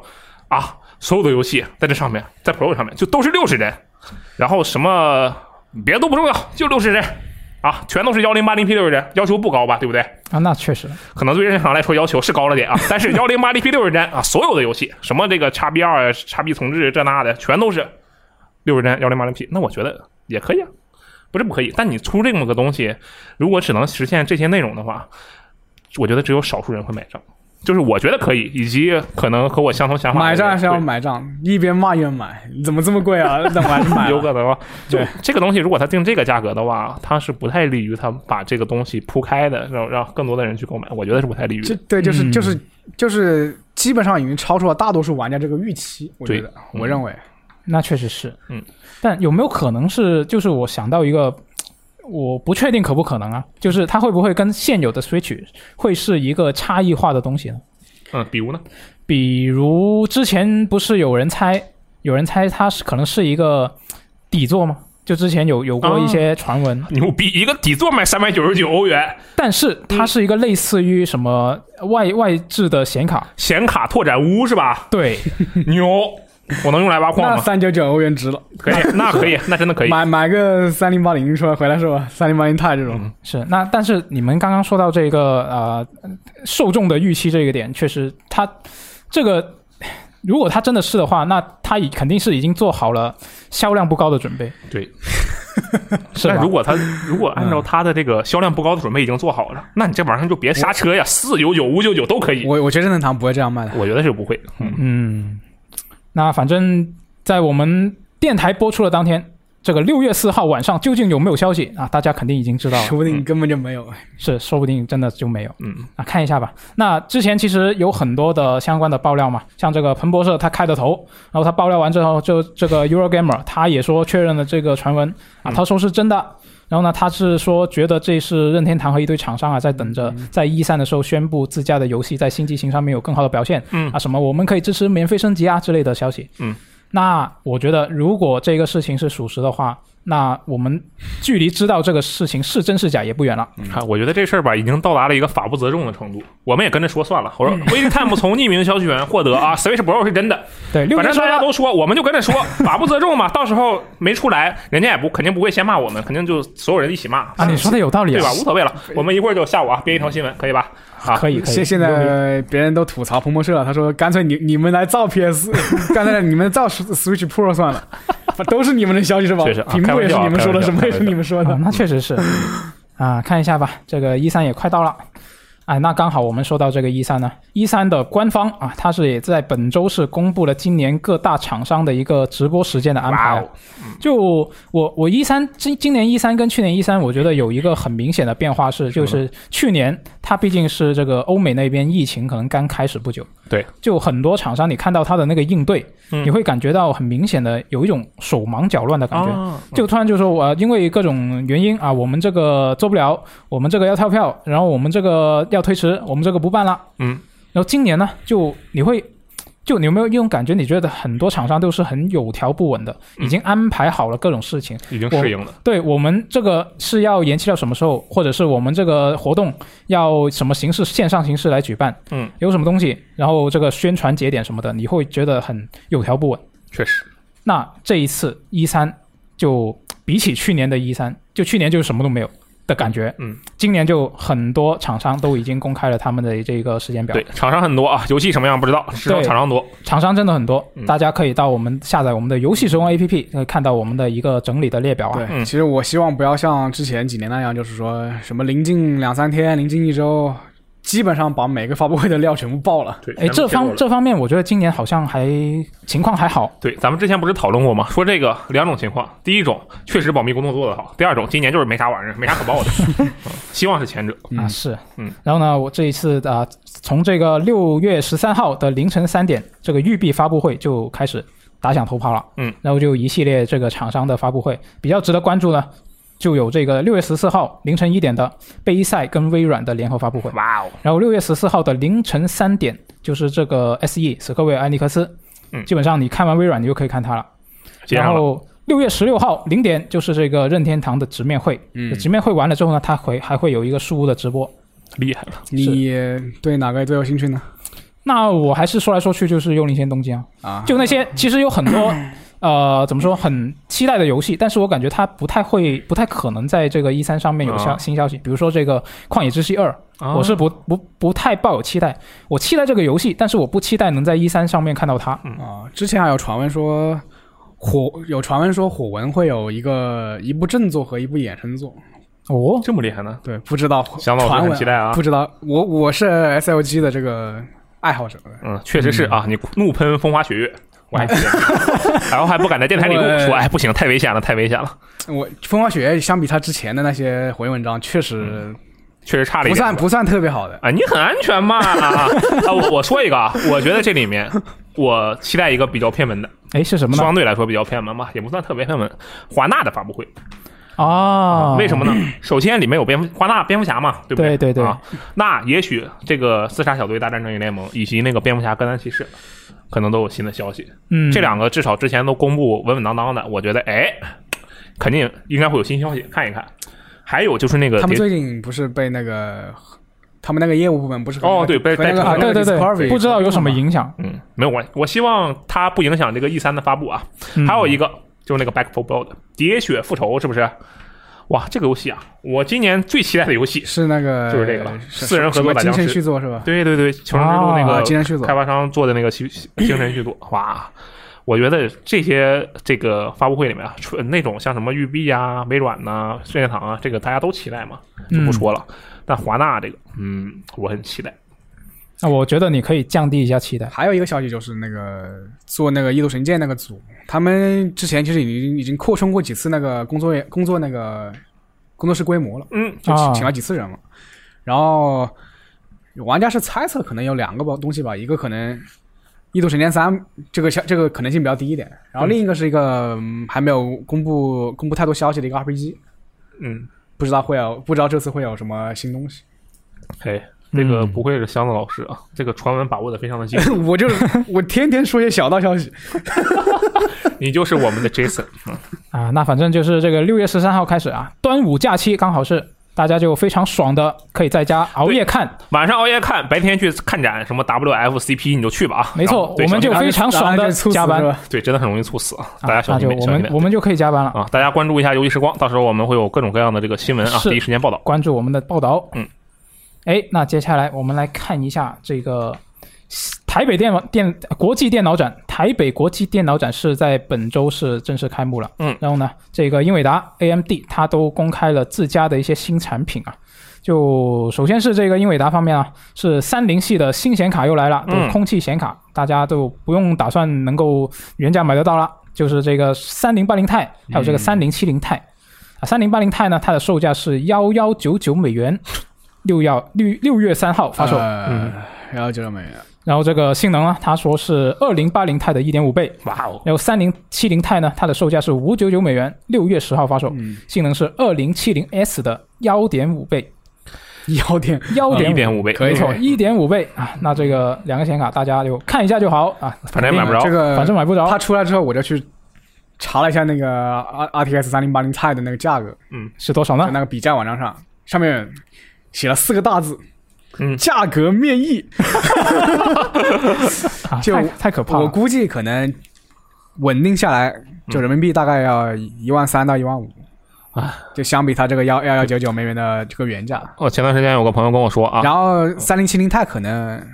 D: 啊？所有的游戏在这上面，在 Pro 上面就都是六十帧，然后什么别的都不重要，就六十帧啊，全都是幺零八零 P 六十帧，要求不高吧，对不对？
B: 啊，那确实，
D: 可能对任天堂来说要求是高了点啊，但是幺零八零 P 六十帧啊，所有的游戏什么这个叉 B 二啊、叉 B 重置这那的，全都是六十帧幺零八零 P。那我觉得也可以啊，不是不可以。但你出这么个东西，如果只能实现这些内容的话，我觉得只有少数人会买账。就是我觉得可以，以及可能和我相同想法的
C: 买
D: 人
C: 账是要
D: 会
C: 买账，一边骂一边买，怎么这么贵啊？怎么还是买
D: 有
C: 了？
D: 可能啊。就
C: 对
D: 这个东西，如果它定这个价格的话，它是不太利于它把这个东西铺开的，让让更多的人去购买。我觉得是不太利于的。
C: 这对，就是
B: 嗯
C: 就是就是，基本上已经超出了大多数玩家这个预期。我觉得，
D: 嗯
C: 我认为，
B: 那确实是。
D: 嗯，
B: 但有没有可能是，就是我想到一个，我不确定可不可能啊，就是它会不会跟现有的 Switch 会是一个差异化的东西呢？
D: 嗯，比如呢？
B: 比如之前不是有人猜，有人猜它是可能是一个底座吗？就之前有有过一些传闻，
D: 牛逼！一个底座卖三百九十九欧元，
B: 但是它是一个类似于什么外外置的显卡，
D: <laughs> 显卡拓展坞是吧？
B: <laughs> 对，
D: 牛！我能用来挖矿
C: 那
D: 吗？
C: 三九九欧元值了，
D: <laughs> 可以，那可以，那真的可以。
C: 买买个三零八零出来回来是吧？三零八零钛这
D: 嗯
C: 种，
B: 是，那但是你们刚刚说到这个呃受众的预期这个点，确实它这个如果它真的是的话，那它已肯定是已经做好了销量不高的准备，
D: 对，
B: 是
D: 但
B: 吧
D: 如？果他如果按照他的这个销量不高的准备已经做好了，那你这玩意儿就别刹车呀，四九九、五九九都可以。
C: 我我觉得任天堂不会这样卖的。
D: 我觉得是不会。嗯，
B: 嗯，那反正在我们电台播出的当天，这个六月四号晚上究竟有没有消息啊？大家肯定已经知道了，
C: 说不定根本就没有，
B: 是说不定真的就没有。
D: 嗯，
B: 啊，看一下吧。那之前其实有很多的相关的爆料嘛，像这个彭博社他开的头，然后他爆料完之后，就这个 Eurogamer 他也说确认了这个传闻啊，
D: 嗯
B: 他说是真的。然后呢，他是说觉得这是任天堂和一堆厂商啊，在等着
D: 嗯
B: 在一三的时候宣布自家的游戏在新机型上面有更好的表现，
D: 嗯
B: 啊什么我们可以支持免费升级啊之类的消息。
D: 嗯，
B: 那我觉得如果这个事情是属实的话，那我们距离知道这个事情是真是假也不远了。
D: 看，我觉得这事儿吧，已经到达了一个法不责众的程度。我们也跟着说算了。我说，VTime 从匿名消息源获得啊，Switch Pro 是真的，
B: 对，六
D: 反
B: 哥
D: 正
B: 说
D: 大家都说，我们就跟着说，法不责众嘛。到时候没出来，人家也不肯定不会先骂我们，肯定就所有人一起骂
B: 啊，你说的有道理
D: 对
B: 啊
D: 吧？无，所谓了，我们一会儿就下午啊编一条新闻，可以吧？啊，
B: 可以可以。
C: 现现在别人都吐槽彭博社了，他说干脆你你们来造
D: <laughs>
C: PS，干脆你们造 Switch Pro 算了，都是你们的消息是吧？
D: 确实啊
C: 屏幕也是你们说的，
D: 开玩笑嗯
C: 什么也是你们说
B: 啊
C: 的，。
B: 那确实是
C: 嗯
B: 啊，看一下吧，这个一三也快到了。哎，那刚好我们说到这个一三呢，一三的官方啊，它是也在本周是公布了今年各大厂商的一个直播时间的安排
D: 哇
B: 啊
D: 哦。
B: 就我我一三今今年一三跟去年一三，我觉得有一个很明显的变化是，就是去年它毕竟是这个欧美那边疫情可能刚开始不久，
D: 对，
B: 就很多厂商你看到它的那个应对，
D: 嗯
B: 你会感觉到很明显的有一种手忙脚乱的感觉。
D: 啊，
B: 就突然就说我、呃因为各种原因啊，我们这个做不了，我们这个要跳票，然后我们这个要推迟，我们这个不办了。
D: 嗯，
B: 然后今年呢，就你会。就你有没有一种感觉？你觉得很多厂商都是很有条不紊的，
D: 嗯
B: 已经安排好了各种事情。
D: 已经适应了。
B: 对我们这个是要延期到什么时候，或者是我们这个活动要什么形式，线上形式来举办，
D: 嗯，
B: 有什么东西，然后这个宣传节点什么的，你会觉得很有条不紊。
D: 确实，
B: 那这一次一三就比起去年的一三，就去年就什么都没有的感觉，
D: 嗯，
B: 今年就很多厂商都已经公开了他们的这个时间表
D: 对，，厂商很多啊，游戏什么样不知道，只有
B: 对
D: 厂商多。
B: 厂商真的很多，
D: 嗯
B: 大家可以到我们下载我们的游戏时光 APP，呃看到我们的一个整理的列表啊
C: 对，，
D: 嗯
C: 其实我希望不要像之前几年那样，就是说什么临近两三天、临近一周，基本上把每个发布会的料全部爆了。
D: 对，
B: 哎，这方这方面我觉得今年好像还情况还好，
D: 对，咱们之前不是讨论过吗？说这个两种情况，第一种确实保密工作做得好，第二种今年就是没啥玩意儿，没啥可报的。
B: <laughs>
D: 嗯希望是前者。
B: 啊，
C: 嗯
B: 是，
D: 嗯，
B: 然后呢，我这一次啊、从这个六月十三号的凌晨三点，这个育碧发布会就开始打响头炮了，
D: 嗯，
B: 然后就一系列这个厂商的发布会，比较值得关注呢，就有这个六月十四号凌晨一点的杯赛跟微软的联合发布会，
D: 哇哦，
B: 然后六月十四号的凌晨三点，就是这个 S.E. 史克威尔艾尼克斯，
D: 嗯
B: 基本上你看完微软，你就可以看它了。
D: 接
B: 然
D: 上了。
B: 后六月十六号零点就是这个任天堂的直面会，
C: 嗯
B: 直面会完了之后呢，它会还会有一个书的直播。
D: 厉害了，
C: 你对哪个最有兴趣呢？
B: 那我还是说来说去就是《幽灵线：东京》啊，
C: 啊，
B: 就那些其实有很
D: <coughs>
B: 多呃怎么说很期待的游戏，但是我感觉它不太会、不太可能在这个 E 一三上面有消
D: 啊
B: 新消息，比如说这个《旷野之息二》，
D: 啊
B: 我是不不不太抱有期待，我期待这个游戏，但是我不期待能在一三上面看到它。
D: 嗯
C: 啊，之前还有传闻说火有传闻说火纹会有一个一部正作和一部衍生作，
B: 哦，
D: 这么厉害呢？
C: 对，不知道
D: 小老师
C: 传闻
D: 很期待啊
C: 不知道我我是 S L G 的这个爱好者，
D: 嗯，确实是啊，你怒喷风花雪月，我还 <laughs> 然后还不敢在电台里跟我说，
C: 我
D: 哎，不行，太危险了，太危险了，
C: 我风花雪月相比他之前的那些回文章，确
D: 嗯
C: 实
D: 确实差了一
C: 不
D: 点
C: 算。不算特别好的。
D: 啊，你很安全嘛？啊，啊我我说一个啊，我觉得这里面我期待一个比较偏门的，
B: 哎，是什么呢？
D: 相对来说比较偏门吧，也不算特别偏门。华纳的发布会，
B: 啊，
D: 为什么呢？首先里面有蝙蝠华纳蝙蝠侠嘛，对不对
B: 对对对
D: 啊，那也许这个自杀小队大战正义联盟以及那个蝙蝠侠哥谭骑士，可能都有新的消息。
B: 嗯，
D: 这两个至少之前都公布稳稳当当的，我觉得哎，肯定应该会有新消息，看一看。还有就是那个
C: 他们
D: 碟
C: 最近不是被那个他们那个业务部门不是和
D: 哦
C: 那个
D: 对被
C: 和那个
D: 被
B: 啊，对对
C: Discovery
B: 对，不知道有什么
C: 合作嘛
B: 影响。
D: 嗯，没有关系。我希望它不影响这个 E 三的发布啊。
B: 嗯
D: 还有一个就是那个 Back for Blood 喋血复仇，是不是？哇，这个游戏啊，我今年最期待的游戏。
C: 是那个
D: 就是这个了
C: 是
D: 四人合
C: 什
D: 作
C: 么
D: 打
C: 精
D: 僵
C: 神
D: 尸
C: 续作是吧？
D: 对对对，求生之路那
B: 啊
D: 个
C: 精神续作
D: 开发商做的那个精 <clears throat> 精神续作，哇！我觉得这些这个发布会里面啊，除那种像什么育碧啊、微软呐、任天堂啊，这个大家都期待嘛，就不说了。但华纳这个，嗯，我很期待。
B: 那我觉得你可以降低一下期待。
C: 还有一个消息就是那个做那个《异度神剑》那个组，他们之前其实已经已经扩充过几次那个工作工作那个工作室规模了，
D: 嗯，
C: 就
B: 啊
C: 请请了几次人嘛。然后玩家是猜测可能有两个吧东西吧，一个可能《异度神剑三》这个消这个可能性比较低一点，然后另一个是一个、嗯还没有公布公布太多消息的一个 RPG，
D: 嗯，
C: 不知道会有不知道这次会有什么新东西。 <laughs>
D: 哎，这个不愧是箱子老师啊，这个传闻把握的非常的精，
C: 我就我天天说些小道消息，
D: <laughs> 你就是我们的 Jason 嗯
B: 啊，那反正就是这个六月十三号开始啊，端午假期刚好是大家就非常爽的，可以在家熬夜看。啊
D: 晚上熬夜看，白天去看展，什么 WFCP 你就去吧啊。
B: 没错
D: 然后对
B: 我们就
D: 小心
B: 非常爽地
C: 然后就猝死
B: 加班
C: 是吧
D: 对，真的很容易猝死，啊，大家
B: 啊
D: 小
B: 那
D: 心
B: 就
D: 点，
B: 我
D: 小心
B: 们
D: 点
B: 我们就可以加班了，
D: 啊！大家关注一下游戏时光，到时候我们会有各种各样的这个新闻啊，
B: 是
D: 第一时间报道。
B: 关注我们的报道。
D: 嗯，
B: 哎，那接下来我们来看一下这个台北电脑电国际电脑展，台北国际电脑展是在本周是正式开幕了。
D: 嗯
B: 然后呢，这个英伟达、AMD 它都公开了自家的一些新产品啊。就首先是这个英伟达方面啊，是三零系的新显卡又来了，
D: 嗯
B: 就空气显卡，大家都不用打算能够原价买得到了，就是这个三零八零钛，还
D: 嗯
B: 有这个三零七零钛。啊，三零八零钛呢，它的售价是幺幺九九美元，六幺六六月三号发售。
C: 嗯，哦然后就这么样。
B: 然后这个性能呢，它说是二零八零钛的一点五倍，
D: 哇哦，
B: 然后三零七零钛呢，它的售价是五九九美元，六月十号发售，
C: 嗯，
B: 性能是二零七零 S 的幺点五倍，
C: 幺啊点
B: 幺
D: 哦一
B: 点
D: 点五倍，嗯
C: 可以
B: 没错，
C: 可以
B: 一点五倍啊！那这个两个显卡大家就看一下就好啊，
D: 反正也买不着
C: 哎这个
B: 反正买不
C: 它
B: 着，
C: 出来之后，我就去查了一下那个 R R T X 三零八零 i 的那个价格，
B: 是多少
C: 在
B: 呢？
C: 那个比价网站上，上面写了四个大字，
D: 嗯
C: 价格面议。
B: 啊，
C: 就
B: 太太可怕
C: 我
B: 了
C: 估计可能稳定下来，就人民币大概要一万三到一万五。就相比它这个幺幺幺九九美元的这个原价，
D: 哦，前段时间有个朋友跟我说啊，
C: 然后三零七零钛可能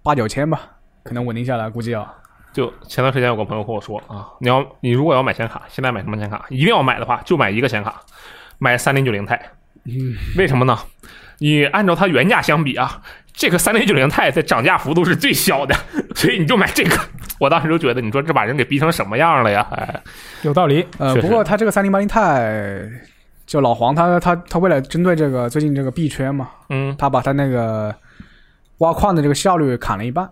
C: 八九千吧，可能稳定下来，估计要
D: 就前段时间有个朋友跟我说啊，你要你如果要买显卡，现在买什么显卡？一定要买的话，就买一个显卡，买三零九零钛。嗯，为什么呢？你按照它原价相比啊，这个三零九零钛的涨价幅度是最小的，所以你就买这个。我当时就觉得，你说这把人给逼成什么样了呀？哎，
B: 有道理。
C: 呃，
D: 确实
C: 不过它这个三零八零钛，就老黄他他他为了针对这个最近这个币圈嘛，
D: 嗯
C: 他把他那个挖矿的这个效率砍了一半，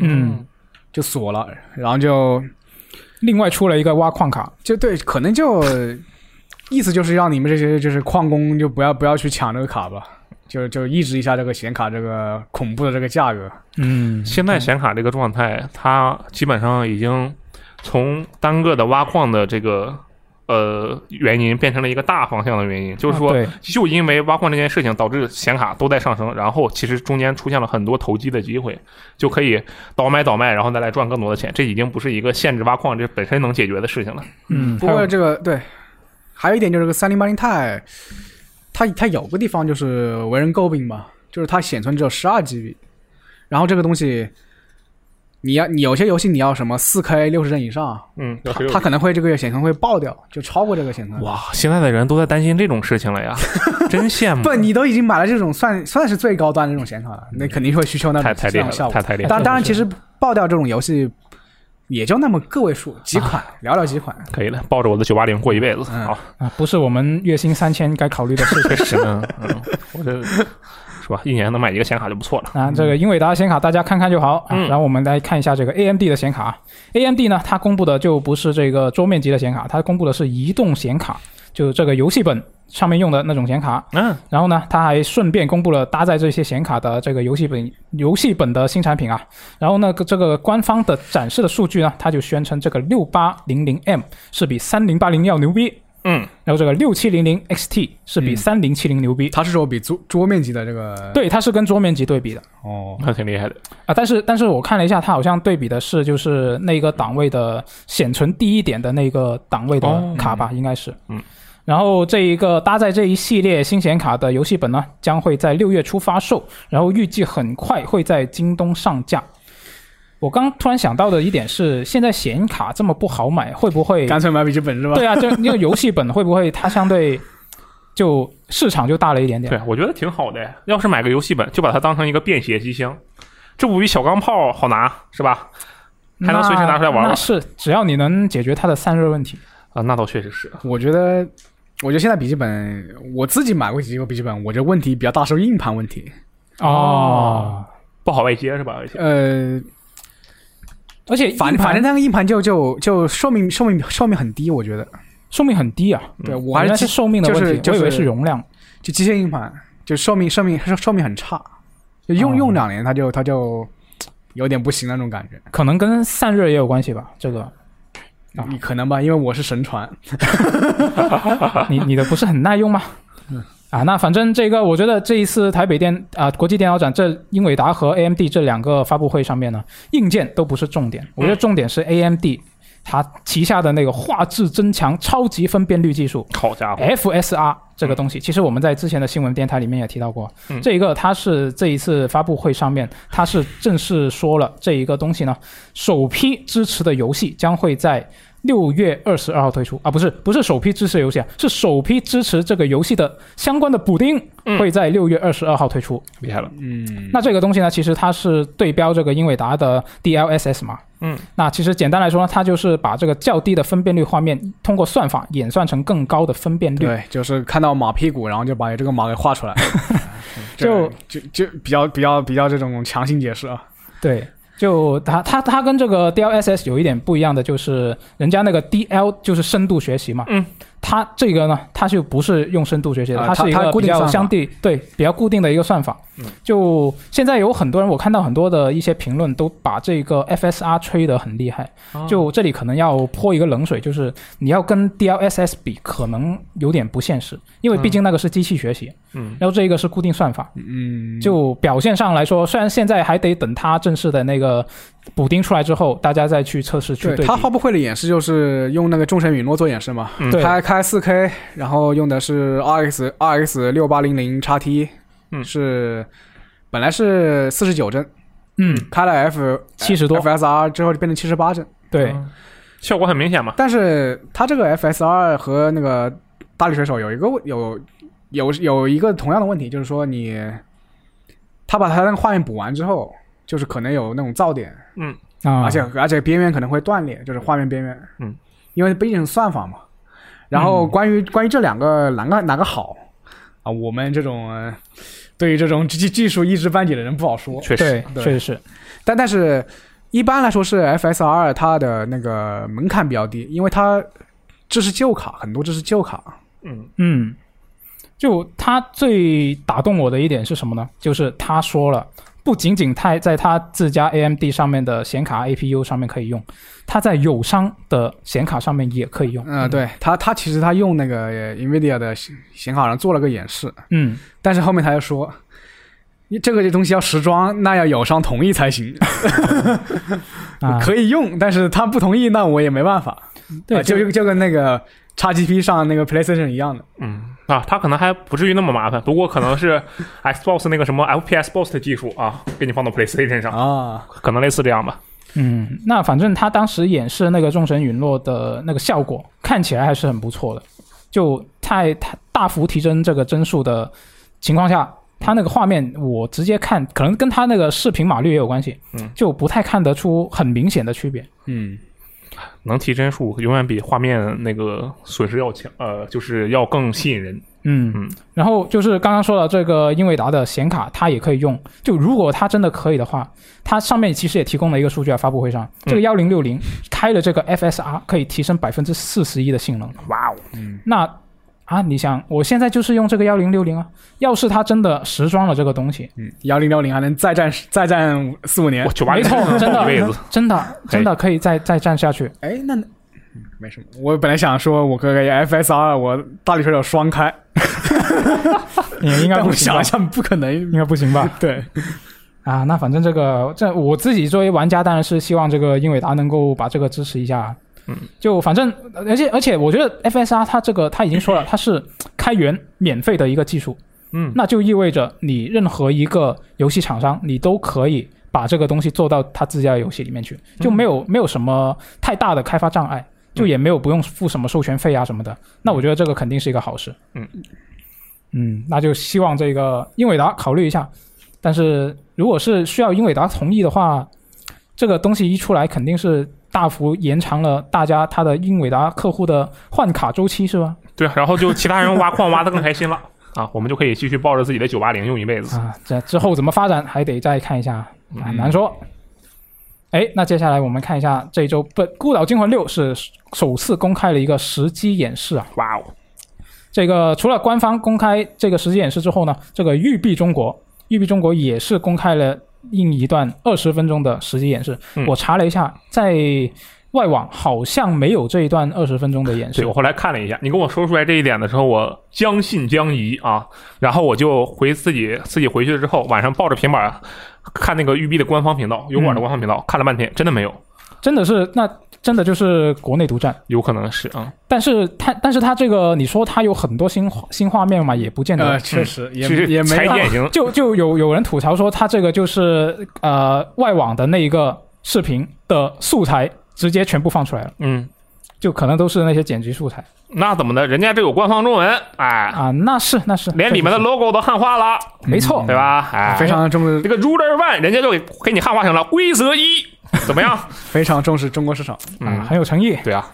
B: 嗯，
C: 就锁了，然后就
B: 另外出了一个挖矿卡，
C: 就对，可能就意思就是让你们这些就是矿工就不要不要去抢这个卡吧，就就抑制一下这个显卡这个恐怖的这个价格。
B: 嗯，
D: 现在显卡这个状态，它基本上已经从单个的挖矿的这个呃原因，变成了一个大方向的原因，就是
B: 啊
D: 说
B: 对，
D: 就因为挖矿这件事情导致显卡都在上升，然后其实中间出现了很多投机的机会，就可以倒卖倒卖，然后再来赚更多的钱，这已经不是一个限制挖矿这本身能解决的事情了。
B: 嗯，
C: 不过这个对，还有一点就是这个三零八零钛，它它有个地方就是为人诟病吧，就是它显存只有十二 GB，然后这个东西，你要你有些游戏你要什么四 K 六十帧以上，
D: 嗯，
C: 它它可能会这个显存会爆掉，就超过这个显存。
D: 哇，现在的人都在担心这种事情了呀，真羡慕
C: 不，，你都已经买了这种算算是最高端的这种显卡了，那肯定会需求那
D: 太
C: 种
D: 太
C: 这
D: 厉害
C: 种效
D: 了，
C: 果
D: 太。太厉害了，
C: 当当然，
B: 是
C: 其实爆掉这种游戏也就那么个位数，几款，
D: 啊
C: 寥寥几款。
D: <laughs> 可以了，抱着我的九八零过一辈子，
C: 嗯
D: 好。
B: 啊，不是我们月薪三千该考虑的事
D: <laughs>
B: 情
D: 确实呢，嗯，我这是吧，一年能买一个显卡就不错了。
B: 啊。这个英伟达显卡大家看看就好、啊
D: 嗯
B: 然后我们来看一下这个 AMD 的显卡啊。AMD 呢，它公布的就不是这个桌面级的显卡，它公布的是移动显卡，就这个游戏本上面用的那种显卡。
D: 嗯，
B: 然后呢，它还顺便公布了搭载这些显卡的这个游戏本游戏本的新产品啊。然后呢，这个官方的展示的数据呢，它就宣称这个六八零零 M 是比三零八零要牛逼，
D: 嗯，
B: 然后这个六七零零 XT 是比
C: 嗯
B: 三零七零牛逼。
C: 它是说比桌桌面级的这个
B: 对，它是跟桌面级对比的
C: 哦，
D: 那挺厉害的。
B: 啊，但是但是我看了一下，它好像对比的是就是那个档位的显存低一点的那个档位的卡吧，应该是。
D: 哦嗯。
B: 然后这一个搭载这一系列新显卡的游戏本呢，将会在六月初发售，然后预计很快会在京东上架。我刚突然想到的一点是，现在显卡这么不好买，会不会？
C: 干脆买笔记本是吧？
B: 对啊，就那个游戏本会不会它相对就市场就大了一点点？
D: <laughs> 对，啊我觉得挺好的。要是买个游戏本，就把它当成一个便携机箱，这不比小钢炮好拿是吧？还能随时拿出来玩玩
B: 那那是，只要你能解决它的散热问题。
D: 啊，那倒确实是。
C: 我觉得，我觉得现在笔记本，我自己买过几个笔记本，我觉得问题比较大是硬盘问题。
B: 哦，
D: 不好外接是吧？而且
C: 呃，
B: 而且
C: 反
B: 硬盘
C: 反正那个硬盘就就就寿命寿命寿命很低，我觉得。
B: 寿命很低啊，
C: 对
D: 嗯
C: 我还
B: 原来
C: 是
B: 是
C: 机
B: 寿命的问题，
C: 就是就是
B: 我以为是容量。
C: 就机械硬盘，就寿命寿命寿命很差。就用
B: 哦
C: 用两年，它就它就有点不行那种感觉，
B: 可能跟散热也有关系吧。这
C: <laughs>
B: 个啊
C: 你可能吧，因为我是神传，
B: 你你的不是很耐用吗？
C: 嗯
B: 啊，那反正这个，我觉得这一次台北电啊、国际电脑展，这英伟达和 AMD 这两个发布会上面呢，硬件都不是重点，
C: 嗯
B: 我觉得重点是 AMD 它旗下的那个画质增强超级分辨率技术，
D: 好家
B: 哎
D: 伙，
B: FSR 这个东西，其实我们在之前的新闻电台里面也提到过，
D: 嗯
B: 这一个它是这一次发布会上面，它是正式说了这一个东西呢，首批支持的游戏将会在六月二十二号推出啊，不是不是首批支持游戏啊，是首批支持这个游戏的相关的补丁
D: 嗯
B: 会在六月二十二号推出。
D: 厉害了！
C: 嗯，
B: 那这个东西呢，其实它是对标这个英伟达的 DLSS 嘛。
D: 嗯，
B: 那其实简单来说呢，它就是把这个较低的分辨率画面通过算法演算成更高的分辨率。
C: 对，就是看到马屁股，然后就把这个马给画
B: <laughs>
C: 出来，
B: 就
C: 就就比较比较比较这种强行解释啊，
B: 对，就它它它跟这个 DLSS 有一点不一样的，就是人家那个 DL 就是深度学习嘛，
D: 嗯，
B: 它这个呢，它就不是用深度学习的，
C: 啊
B: 是一
C: 它
B: 个
C: 它固
B: 比
C: 定
B: 较
C: 算法
B: 相对对比较固定的一个算法。
D: 嗯
B: 就现在有很多人，我看到很多的一些评论都把这个 FSR 吹得很厉害，
C: 哦
B: 就这里可能要泼一个冷水，就是你要跟 DLSS 比，可能有点不现实，因为毕竟那个是机器学习，
D: 嗯，
B: 然后这个是固定算法。
C: 嗯，
B: 就表现上来说，虽然现在还得等它正式的那个补丁出来之后，大家再去测试去
C: 对
B: 比
C: 他发布会的演示就是用那个众神陨落做演示嘛，
D: 嗯
B: 对
C: 开开四 K，然后用的是 RX RX 六八零零 x T，
D: 嗯
C: 是本来是四十九帧，
B: 嗯，
C: 开了 F
B: 70多
C: FSR 之后就变成七十八帧，
B: 对，
D: 嗯效果很明显嘛。
C: 但是它这个 FSR 和那个大力水手有一个问有有有一个同样的问题，就是说你他把他那个画面补完之后，就是可能有那种噪点，
B: 啊，
C: 嗯而且而且边缘可能会断裂，就是画面边缘。
D: 嗯，
C: 因为毕竟是算法嘛。然后关于、关于这两个哪个哪个好啊，我们这种、呃对于这种技技术一知半解的人不好说。
D: 确实，
B: 哦对，
C: 对
B: 确实是，
C: 但但是一般来说是 FSR 它的那个门槛比较低，因为它这是旧卡，很多这是旧卡。
D: 嗯，
B: 嗯，就他最打动我的一点是什么呢？就是他说了。不仅仅他在他自家 AMD 上面的显卡 APU 上面可以用，他在友商的显卡上面也可以用。
C: 嗯、对它它其实它用那个呃 NVIDIA 的显显卡上做了个演示，
B: 嗯，
C: 但是后面他又说。这个东西要实装，那要友商同意才行。
B: 啊，
C: 可以用，但是他不同意，那我也没办法。
B: 对，
C: 啊就就就跟那个 XGP 上那个 PlayStation 一样的。
D: 嗯啊，它可能还不至于那么麻烦，不过可能是 Xbox 那个什么 FPS Boost 技术啊，给你放到 PlayStation 上，
C: 啊，
D: 可能类似这样吧。
B: 嗯，那反正他当时演示那个众神陨落的那个效果，看起来还是很不错的。就太太大幅提升这个帧数的情况下，他那个画面我直接看，可能跟他那个视频码率也有关系，
D: 嗯
B: 就不太看得出很明显的区别。
C: 嗯，
D: 能提帧数永远比画面那个损失要强，呃，就是要更吸引人。
B: 嗯，
D: 嗯
B: 然后就是刚刚说了，这个英伟达的显卡它也可以用。就如果它真的可以的话，它上面其实也提供了一个数据啊，发布会
C: 嗯
B: 上，这个幺零六零开了这个 FSR 可以提升百分之四十一的性能。
D: 哇哦，
C: 嗯
B: 那啊，你想，我现在就是用这个幺零六零啊，要是它真的实装了这个东西，
C: 幺零幺零还能再战再战四五年
D: 我。九八零
B: 哎没错真的
D: 一辈
B: <laughs>
D: 子。
B: 真的真的可以再再战下去。
C: 哎，那嗯没什么。我本来想说，我可以 FSR 我大力水手双开，
B: 也应该
C: <laughs> 但
B: 不
C: 我
B: 行
C: 想
B: 吧
C: 了？想，不可能
B: 应。该不行吧？
C: 对，
B: 啊，那反正这个这我自己作为玩家，当然是希望这个英伟达能够把这个支持一下。
D: 嗯，
B: 就反正，呃而且而且，我觉得 FSR 它这个他已经说了，它是开源免费的一个技术，
D: 嗯
B: 那就意味着你任何一个游戏厂商，你都可以把这个东西做到他自家的游戏里面去，
D: 嗯
B: 就没有、没有什么太大的开发障碍，就也没有不用付什么授权费啊什么的。那我觉得这个肯定是一个好事。
D: 嗯
B: 嗯，那就希望这个英伟达考虑一下。但是如果是需要英伟达同意的话，这个东西一出来肯定是大幅延长了大家他的英伟达客户的换卡周期，是吧？
D: 对啊，然后就其他人挖矿挖的更开心了 <laughs> 啊，我们就可以继续抱着自己的九八零用一辈子。
B: 啊，这之后怎么发展还得再看一下，
D: 嗯
B: 很难说。哎，那接下来我们看一下这一周《本孤岛惊魂六》是首次公开了一个实机演示啊。
D: 哇哦，
B: 这个除了官方公开这个实际演示之后呢，这个育碧中国育碧中国也是公开了印一段二十分钟的实际演示。
D: 嗯
B: 我查了一下，在外网好像没有这一段二十分钟的演
D: 对
B: 示
D: 我。后来看了一下，你跟我说出来这一点的时候，我将信将疑啊，然后我就回自己自己回去之后，晚上抱着平板看那个育碧的官方频道，油管的官方频道，看了半天，真的没有，
B: 真的是，那真的就是国内独占。
D: 有可能是啊，
B: 但是它，但是它这个，你说它有很多新画新画面嘛，也不见得。
C: 呃，确实也
D: 其实
C: 也没
D: 踩
C: 有
D: 点型，
B: 就就有有人吐槽说，它这个就是呃外网的那一个视频的素材直接全部放出来了，
D: 嗯，
B: 就可能都是那些剪辑素材
D: 那怎么的？人家这有官方中文，哎，
B: 啊。那是那是，
D: <laughs> 连里面
B: 这
D: 的 logo 都汉化了，
B: 没错
D: 对吧？
B: 啊
D: 哎，
C: 嗯非常重视
D: 这个 ruler one，人家就给给你汉化成了规则一，
C: <laughs>
D: 怎么样？
C: 非常重视中国市场。
B: 就是啊
D: 嗯，
B: 很有诚意。
D: 对啊，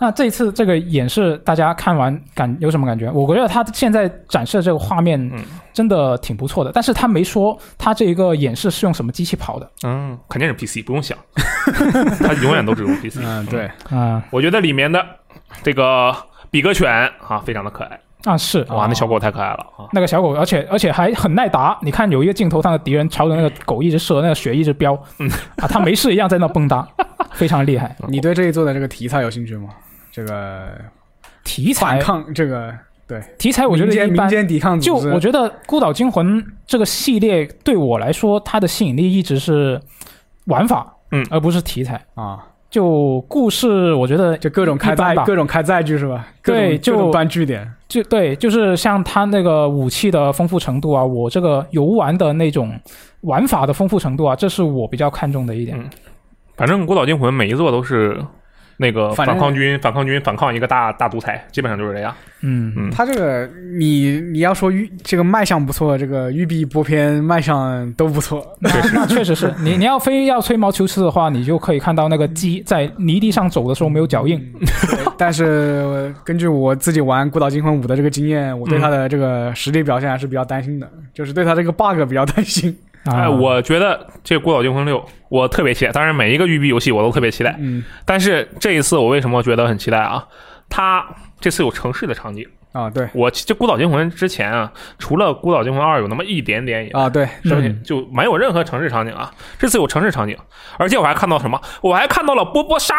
B: 那这次这个演示，大家看完感有什么感觉？我觉得他现在展示的这个画面
D: 嗯
B: 真的挺不错的，但是他没说他这一个演示是用什么机器跑的
D: 嗯，肯定是 PC，不用
C: <laughs>
D: 想，他永远都只用 PC。
C: 嗯，对，
B: 啊、
D: 我觉得里面的这个比格犬啊，非常的可爱，
B: 啊是
C: 哦
D: 哇，那小狗太可爱了啊！
B: 那个小狗，而且而且还很耐打。你看有一个镜头，它的敌人朝着那个狗一直射，那个血一直飙，
C: 嗯
B: 啊，它没事一样在那蹦
C: <laughs>
B: 跶，非常厉害。
C: 你对这一座的这个题材有兴趣吗？这个
B: 题
C: 反
B: 材
C: 抗这个对，
B: 题材我觉得
C: 民间
B: 一
C: 民
B: 般，
C: 间抵抗
B: 就
C: 组织，
B: 我觉得《孤岛惊魂》这个系列对我来说，它的吸引力一直是玩法，
D: 嗯
B: 而不是题材。
C: 啊，
B: 就故事，我觉得
C: 就各种开
B: 一般
C: 载
B: 吧
C: 各种开载具是吧？各种
B: 对就
C: 各种搬据点，
B: 就对，就是像它那个武器的丰富程度啊，我这个游玩的那种玩法的丰富程度啊，这是我比较看重的一点。
D: 嗯反正《孤岛惊魂》每一座都是那个
C: 反
D: 反
C: 正
D: 抗军，反抗军反抗一个大大独裁，基本上就是这样。
B: 嗯
D: 嗯
C: 他这个你你要说玉这个卖相不错，这个玉碧播片卖相都不 <laughs> 错，
B: 那那确实是你，你要非要吹毛求疵的话，你就可以看到那个鸡在泥地上走的时候没有脚印。
D: 嗯
C: 对但是呃根据我自己玩《孤岛惊魂五》的这个经验，我对他的这个实力表现还是比较担心的，就是对他这个 bug 比较担心。
B: 啊
D: 哎，我觉得这《孤岛惊魂六》我特别期待，当然每一个育碧游戏我都特别期待，
C: <laughs> 嗯
D: 但是这一次我为什么觉得很期待啊？它这次有城市的场景，
C: 啊，对
D: 我其这《孤岛惊魂》之前啊，除了《孤岛惊魂二》有那么一点点以外，
C: 啊，对，
D: 剩下
B: 嗯
D: 就没有任何城市场景啊。这次有城市场景，而且我还看到什么？我还看到了波波沙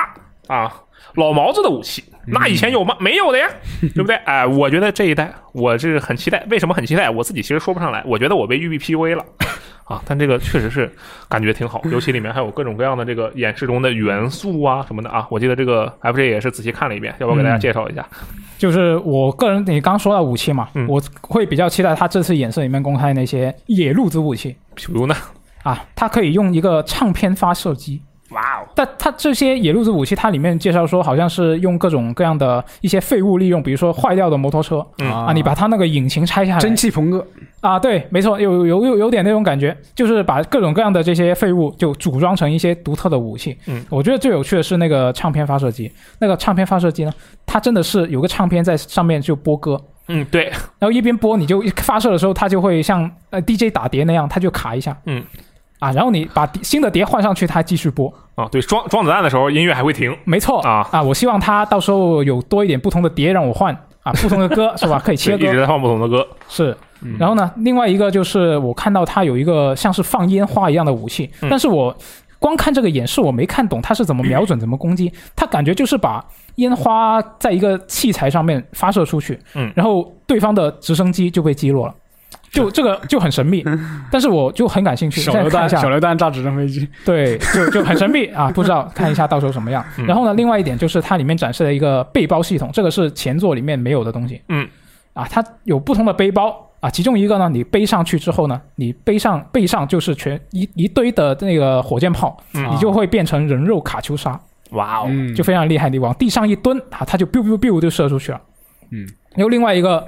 D: 啊，老毛子的武器。那以
B: 嗯
D: 前有吗？没有的呀， <laughs> 对不对？哎，我觉得这一代我是很期待。为什么很期待？我自己其实说不上来，我觉得我被育碧 PUA 了。啊，但这个确实是感觉挺好，尤其里面还有各种各样的这个演示中的元素啊什么的啊。我记得这个 FJ 也是仔细看了一遍，要不要给大家
B: 嗯
D: 介绍一下？
B: 就是我个人，你刚说到武器嘛，
D: 嗯
B: 我会比较期待他这次演示里面公开那些野路子武器
D: 比如呢？
B: 啊，它可以用一个唱片发射机。
D: 哇哦，
B: 但它这些野路子武器，它里面介绍说好像是用各种各样的一些废物利用，比如说坏掉的摩托车
D: 嗯
B: 啊，你把它那个引擎拆下来，
C: 蒸汽朋克，
B: 啊，对，没错，有有有有点那种感觉，就是把各种各样的这些废物就组装成一些独特的武器。
D: 嗯，
B: 我觉得最有趣的是那个唱片发射机，那个唱片发射机呢，它真的是有个唱片在上面就播歌，
D: 嗯，对，
B: 然后一边播你就发射的时候，它就会像呃 DJ 打碟那样，它就卡一下。
D: 嗯，
B: 啊，然后你把碟新的碟换上去，它还继续播。
D: 啊，对，装装子弹的时候音乐还会停，
B: 没错
D: 啊
B: 啊，我希望它到时候有多一点不同的碟让我换啊，不同的
D: <laughs>
B: 歌是吧？可以切
D: 对一
B: 歌
D: 直在放不同的歌。
B: 是
D: 嗯，
B: 然后呢，另外一个就是我看到它有一个像是放烟花一样的武器，
D: 嗯
B: 但是我光看这个演示，我没看懂它是怎么瞄准、怎么攻击。它感觉就是把烟花在一个器材上面发射出去，
D: 嗯
B: 然后对方的直升机就被击落了。就这个就很神
C: <laughs>
B: 秘，但是我就很感兴趣，
C: 手
B: 现
C: 榴
B: 在看一
C: 弹手
B: 下，
C: 榴弹炸直升飞机，
B: 对，就就很神秘啊，不知道看一下到时候什么样。
D: 嗯
B: 然后呢，另外一点就是它里面展示了一个背包系统，这个是前作里面没有的东西。
D: 嗯，
B: 啊，它有不同的背包啊，其中一个呢，你背上去之后呢，你背上背上就是全一一堆的那个火箭炮，
D: 嗯
B: 你就会变成人肉卡秋莎，
D: 哇哦，
C: 嗯，
B: 就非常厉害。你往地上一蹲啊，它就 biu biu biu 就射出去了。
C: 嗯，
B: 然后另外一个。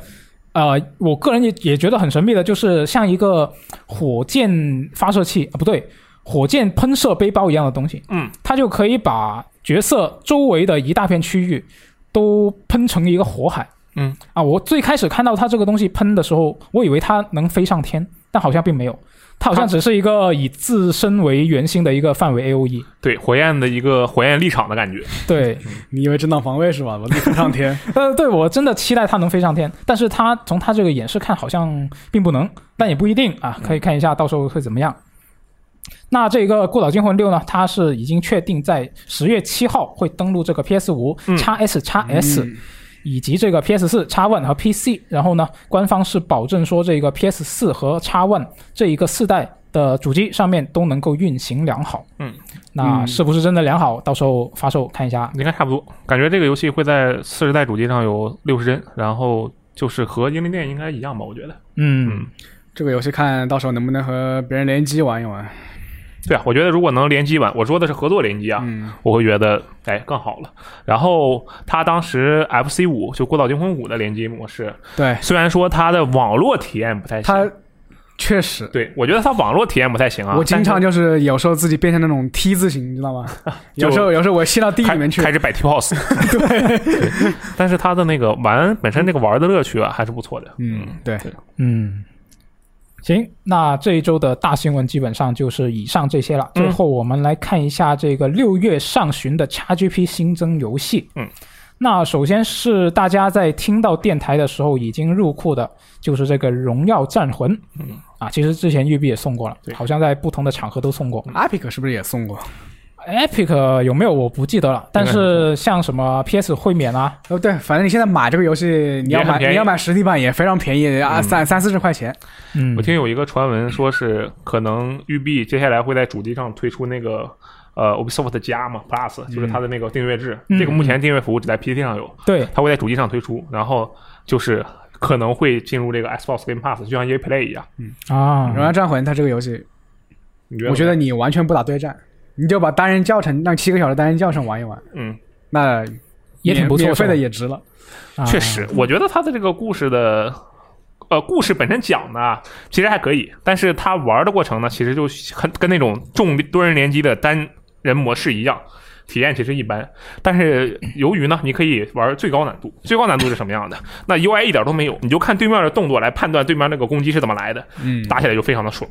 B: 呃，我个人也也觉得很神秘的，就是像一个火箭发射器啊，不对，火箭喷射背包一样的东西，
D: 嗯，
B: 它就可以把角色周围的一大片区域都喷成一个火海。
D: 嗯，
B: 啊，我最开始看到它这个东西喷的时候，我以为它能飞上天，但好像并没有，它好像只是一个以自身为圆心的一个范围 A O E。
D: 对火焰的一个火焰立场的感觉。
B: 对，
C: 你以为正当防卫是吧？我立刻上 <laughs> 天，
B: 呃，对我真的期待它能飞上天，但是它从它这个演示看好像并不能，但也不一定
D: 嗯
B: 啊，可以看一下到时候会怎么样。那这个《孤岛惊魂六》呢，它是已经确定在十月七号会登陆这个 PS 五、
D: 嗯
B: x S、x S，、以
C: 嗯
B: 及这个 PS 四、x One 和 PC。然后呢，官方是保证说这个 PS 四和 x One 这一个四代的主机上面都能够运行良好。
D: 嗯，
B: 那是不是真的良好？到时候发售看一下。
D: 应该差不多。感觉这个游戏会在四十代主机上有六十帧，然后就是和英灵殿应该一样吧，我觉得。
B: 嗯，
C: 这个游戏看到时候能不能和别人联机玩一玩？
D: 对啊，我觉得如果能联机版，我说的是合作联机啊，
C: 嗯，
D: 我会觉得哎更好了。然后他当时 FC 五就《孤岛惊魂五》的联机模式，
C: 对，
D: 虽然说它的网络体验不太行，
C: 它确实，
D: 对我觉得它网络体验不太行啊。
C: 我经常
D: 就
C: 就是有时候自己变成那种 T 字形，你知道
D: <laughs>
C: 吗？
D: 就
C: 有时候有时候我陷到地
D: 开
C: 里面去
D: 开，始摆 T pose，
C: <laughs>
D: 对但是它的那个玩本身那个玩的乐趣啊还是不错的。
C: 嗯，对，
B: 嗯，行，那这一周的大新闻基本上就是以上这些了。
D: 嗯
B: 最后我们来看一下这个六月上旬的 XGP 新增游戏。
D: 嗯，
B: 那首先是大家在听到电台的时候已经入库的，就是这个《荣耀战魂》。
D: 嗯，
B: 啊，其实之前育碧也送过了，
D: 对
B: 好像在不同的场合都送过。
C: Epic 是不是也送过？
B: Epic 有没有我不记得了，但是像什么 PS 会免啊，
C: 哦，对，反正你现在买这个游戏，你要
D: 也很
C: 买
D: 便宜嗯
C: 你要买实体版也非常便宜啊，三三四十块钱。
B: 嗯
D: 我，听有一个传闻说是可能育碧接下来会在主机上推出那个呃 Ubisoft 加嘛 Plus，就是它的那个订阅制，
B: 嗯
D: 这个目前订阅服务只在 PC 上有，
B: 对，
D: 它会在主机上推出，然后就是可能会进入这个 Xbox Game Pass，就像 EA Play 一样。
B: 啊
D: 嗯
C: 荣，耀战魂它这个游戏，
D: 你觉得？
C: 我觉得，你完全不打对战，你就把单人教程让七个小时单人教程玩一玩，
D: 嗯，
C: 那
B: 也挺不错
C: 免费
B: 是吧
C: 的也值了。
B: 啊
D: 确实，我觉得它的这个故事的。呃，故事本身讲呢，其实还可以，但是它玩的过程呢，其实就很跟那种重多人联机的单人模式一样，体验其实一般。但是由于呢，你可以玩最高难度，最高难度是什么样的？ <laughs> 那 UI 一点都没有，你就看对面的动作来判断对面那个攻击是怎么来的，
C: 嗯，
D: 打起来就非常的爽。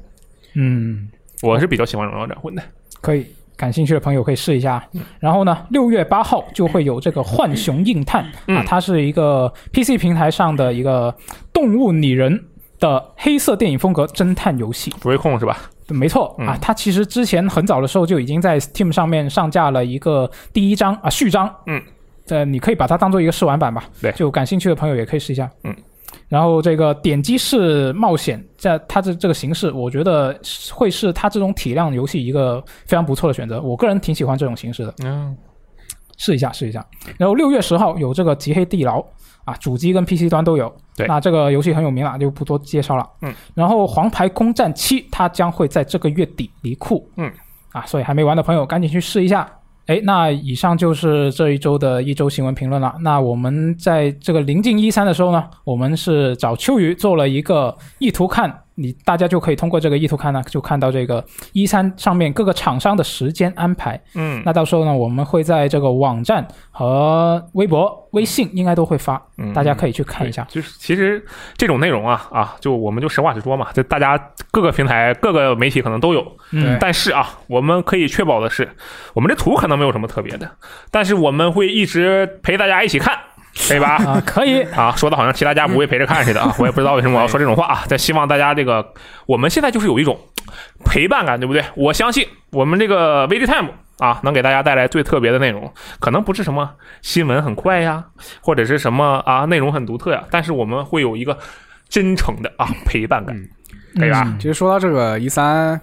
B: 嗯。
D: 我是比较喜欢《荣耀战魂》的。
B: 可以，感兴趣的朋友可以试一下。然后呢，六月八号就会有这个《浣熊硬探》啊
D: 嗯，
B: 它是一个 PC 平台上的一个动物拟人的黑色电影风格侦探游戏。
D: 不会控是吧？
B: 没错
D: 嗯
B: 啊，它其实之前很早的时候就已经在 Steam 上面上架了一个第一章啊序章，
D: 嗯，
B: 呃，你可以把它当做一个试玩版吧，
D: 对
B: 就感兴趣的朋友也可以试一下，
D: 嗯。
B: 然后这个点击式冒险，在它的这个形式，我觉得会是它这种体量游戏一个非常不错的选择。我个人挺喜欢这种形式的。
D: 嗯，
B: 试一下，试一下。然后六月十号有这个《极黑地牢》啊，主机跟 PC 端都有。
D: 对
B: 那这个游戏很有名了，就不多介绍了。
D: 嗯，
B: 然后《黄牌空战七》它将会在这个月底离库。
D: 嗯，
B: 啊，所以还没玩的朋友赶紧去试一下。哎，那以上就是这一周的一周新闻评论了。那我们在这个临近一三的时候呢，我们是找秋雨做了一个意图看，你大家就可以通过这个意图看呢，就看到这个一三上面各个厂商的时间安排。
D: 嗯，
B: 那到时候呢，我们会在这个网站和微博、微信应该都会发，
D: 嗯
B: 大家可以去看一下。
D: 就是其实这种内容啊啊，就我们就实话实说嘛，就大家各个平台、各个媒体可能都有，
B: 嗯，
D: 但是啊，我们可以确保的是，我们这图可能没有什么特别的，但是我们会一直陪大家一起看，可以吧？
B: 啊，可以，
D: 啊，说的好像其他家不会陪着看似的啊，我也不知道为什么我要说这种话啊。但希望大家这个，我们现在就是有一种陪伴感，对不对？我相信我们这个 VG Time 啊，能给大家带来最特别的内容，可能不是什么新闻很快呀，或者是什么啊内容很独特呀，但是我们会有一个真诚的啊陪伴感，
B: 嗯
D: 可以吧？
C: 其实说到这个一三，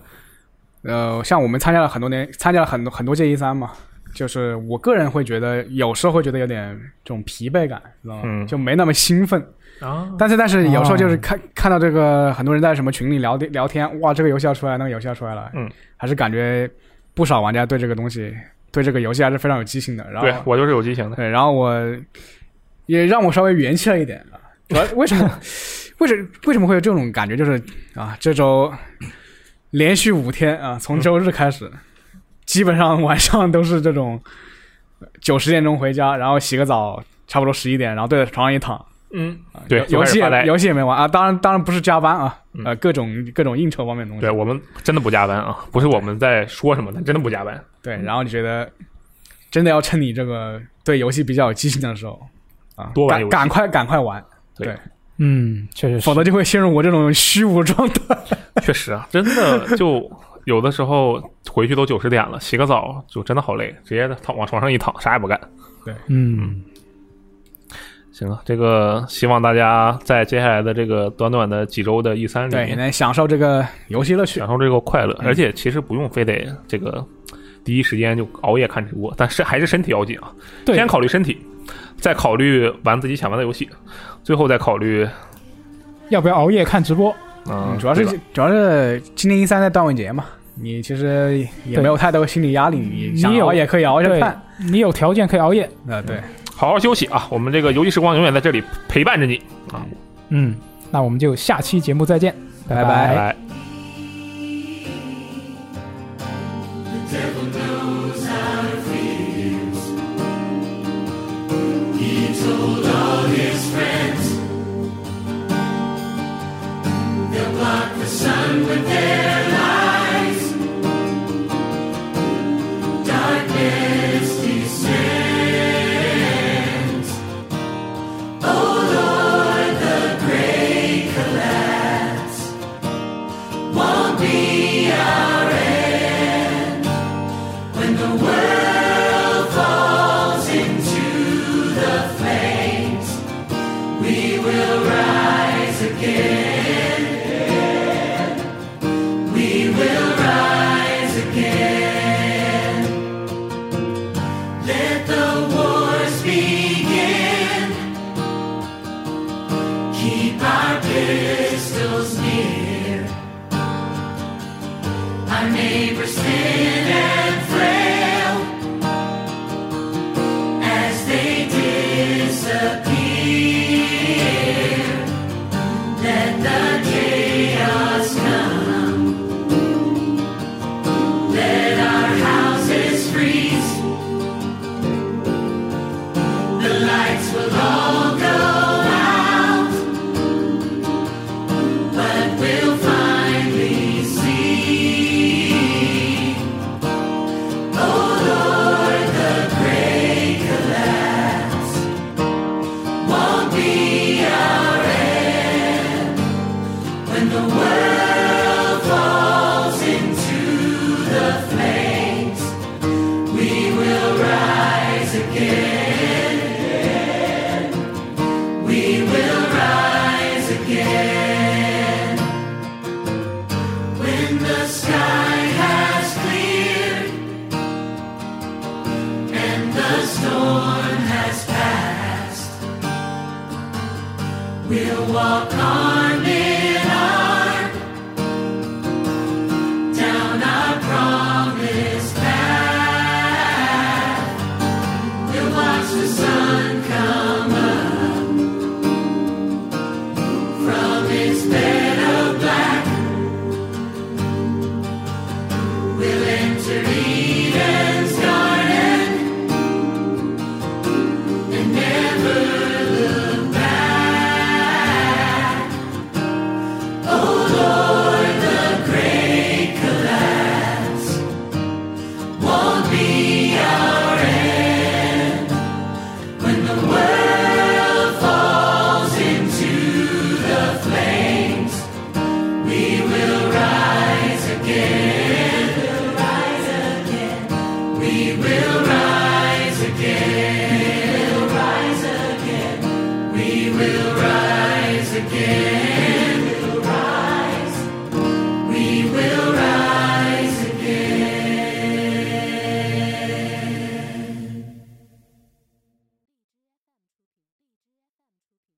C: 呃，像我们参加了很多年，参加了很多很多届一 E 三嘛，就是我个人会觉得有时候会觉得有点这种疲惫感，知道吗？
D: 嗯
C: 就没那么兴奋。
D: 啊，
C: 但是但是有时候就是
B: 哦
C: 看、看到这个很多人在什么群里聊天聊天，哇，这个游戏要出来，那个游戏要出来了，
D: 嗯，
C: 还是感觉不少玩家对这个东西，对这个游戏还是非常有激情的。然后
D: 对我就是有激情的，
C: 对，然后我也让我稍微元气了一点啊。主要为什么？为什为什么会有这种感觉？就是啊，这周连续五天啊，从周日开始，基本上 <laughs> 晚上都是这种九十点钟回家，然后洗个澡，差不多十一点，然后对着床上一躺，啊
D: 嗯，对，
C: 游戏
D: 最开始发呆
C: 也游戏也没玩啊，当然当然不是加班啊，
D: 嗯
C: 呃，各种各种应酬方面的东西。
D: 对我们真的不加班啊，不是我们在说什么，但真的不加班。
C: 对，然后你觉得真的要趁你这个对游戏比较有激情的时候啊，
D: 多玩游
C: 赶赶
D: 戏
C: 快赶快玩，
B: 嗯，确实
C: 否
B: 是。
C: 则就会陷入我这种虚无状态。
D: 确实啊，真的就有的时候回去都九十点了，洗个澡就真的好累，直接躺往床上一躺，啥也不干。
B: 嗯，
D: 行啊，这个希望大家在接下来的这个短短的几周的 E 三里
C: <laughs> 对，
D: 面
C: 能享受这个游戏乐趣
D: 享。受这个快乐，
C: 嗯
D: 而且其实不用非得这个第一时间就熬夜看直播，但是还是身体要紧啊，
B: 对，
D: 先考虑身体，再考虑玩自己想玩的游戏，最后再考虑
B: 要不要熬夜看直播？
D: 嗯，
C: 主要是
D: 对吧
C: 主要是今年一三在端午节嘛，你其实也
B: 对
C: 没有太多心理压力，你想
B: 你有
C: 熬也可以熬着
B: 对
C: 看。，
B: 你有条件可以熬夜。
C: 啊，对，
D: 好好休息啊，我们这个游戏时光永远在这里陪伴着你，啊
B: 嗯，那我们就下期节目再见，
C: 拜拜
D: 拜拜。
A: Keep our pistols near. Our neighbors thin and frail as they disappear. Let the chaos come. Let our houses freeze. The lights will all go out, but we'll finally see. Oh Lord, the great collapse won't be our end when the world falls into the flames. We will rise again. We will rise again. When the sky has cleared and the storm has passed, we'll walk on.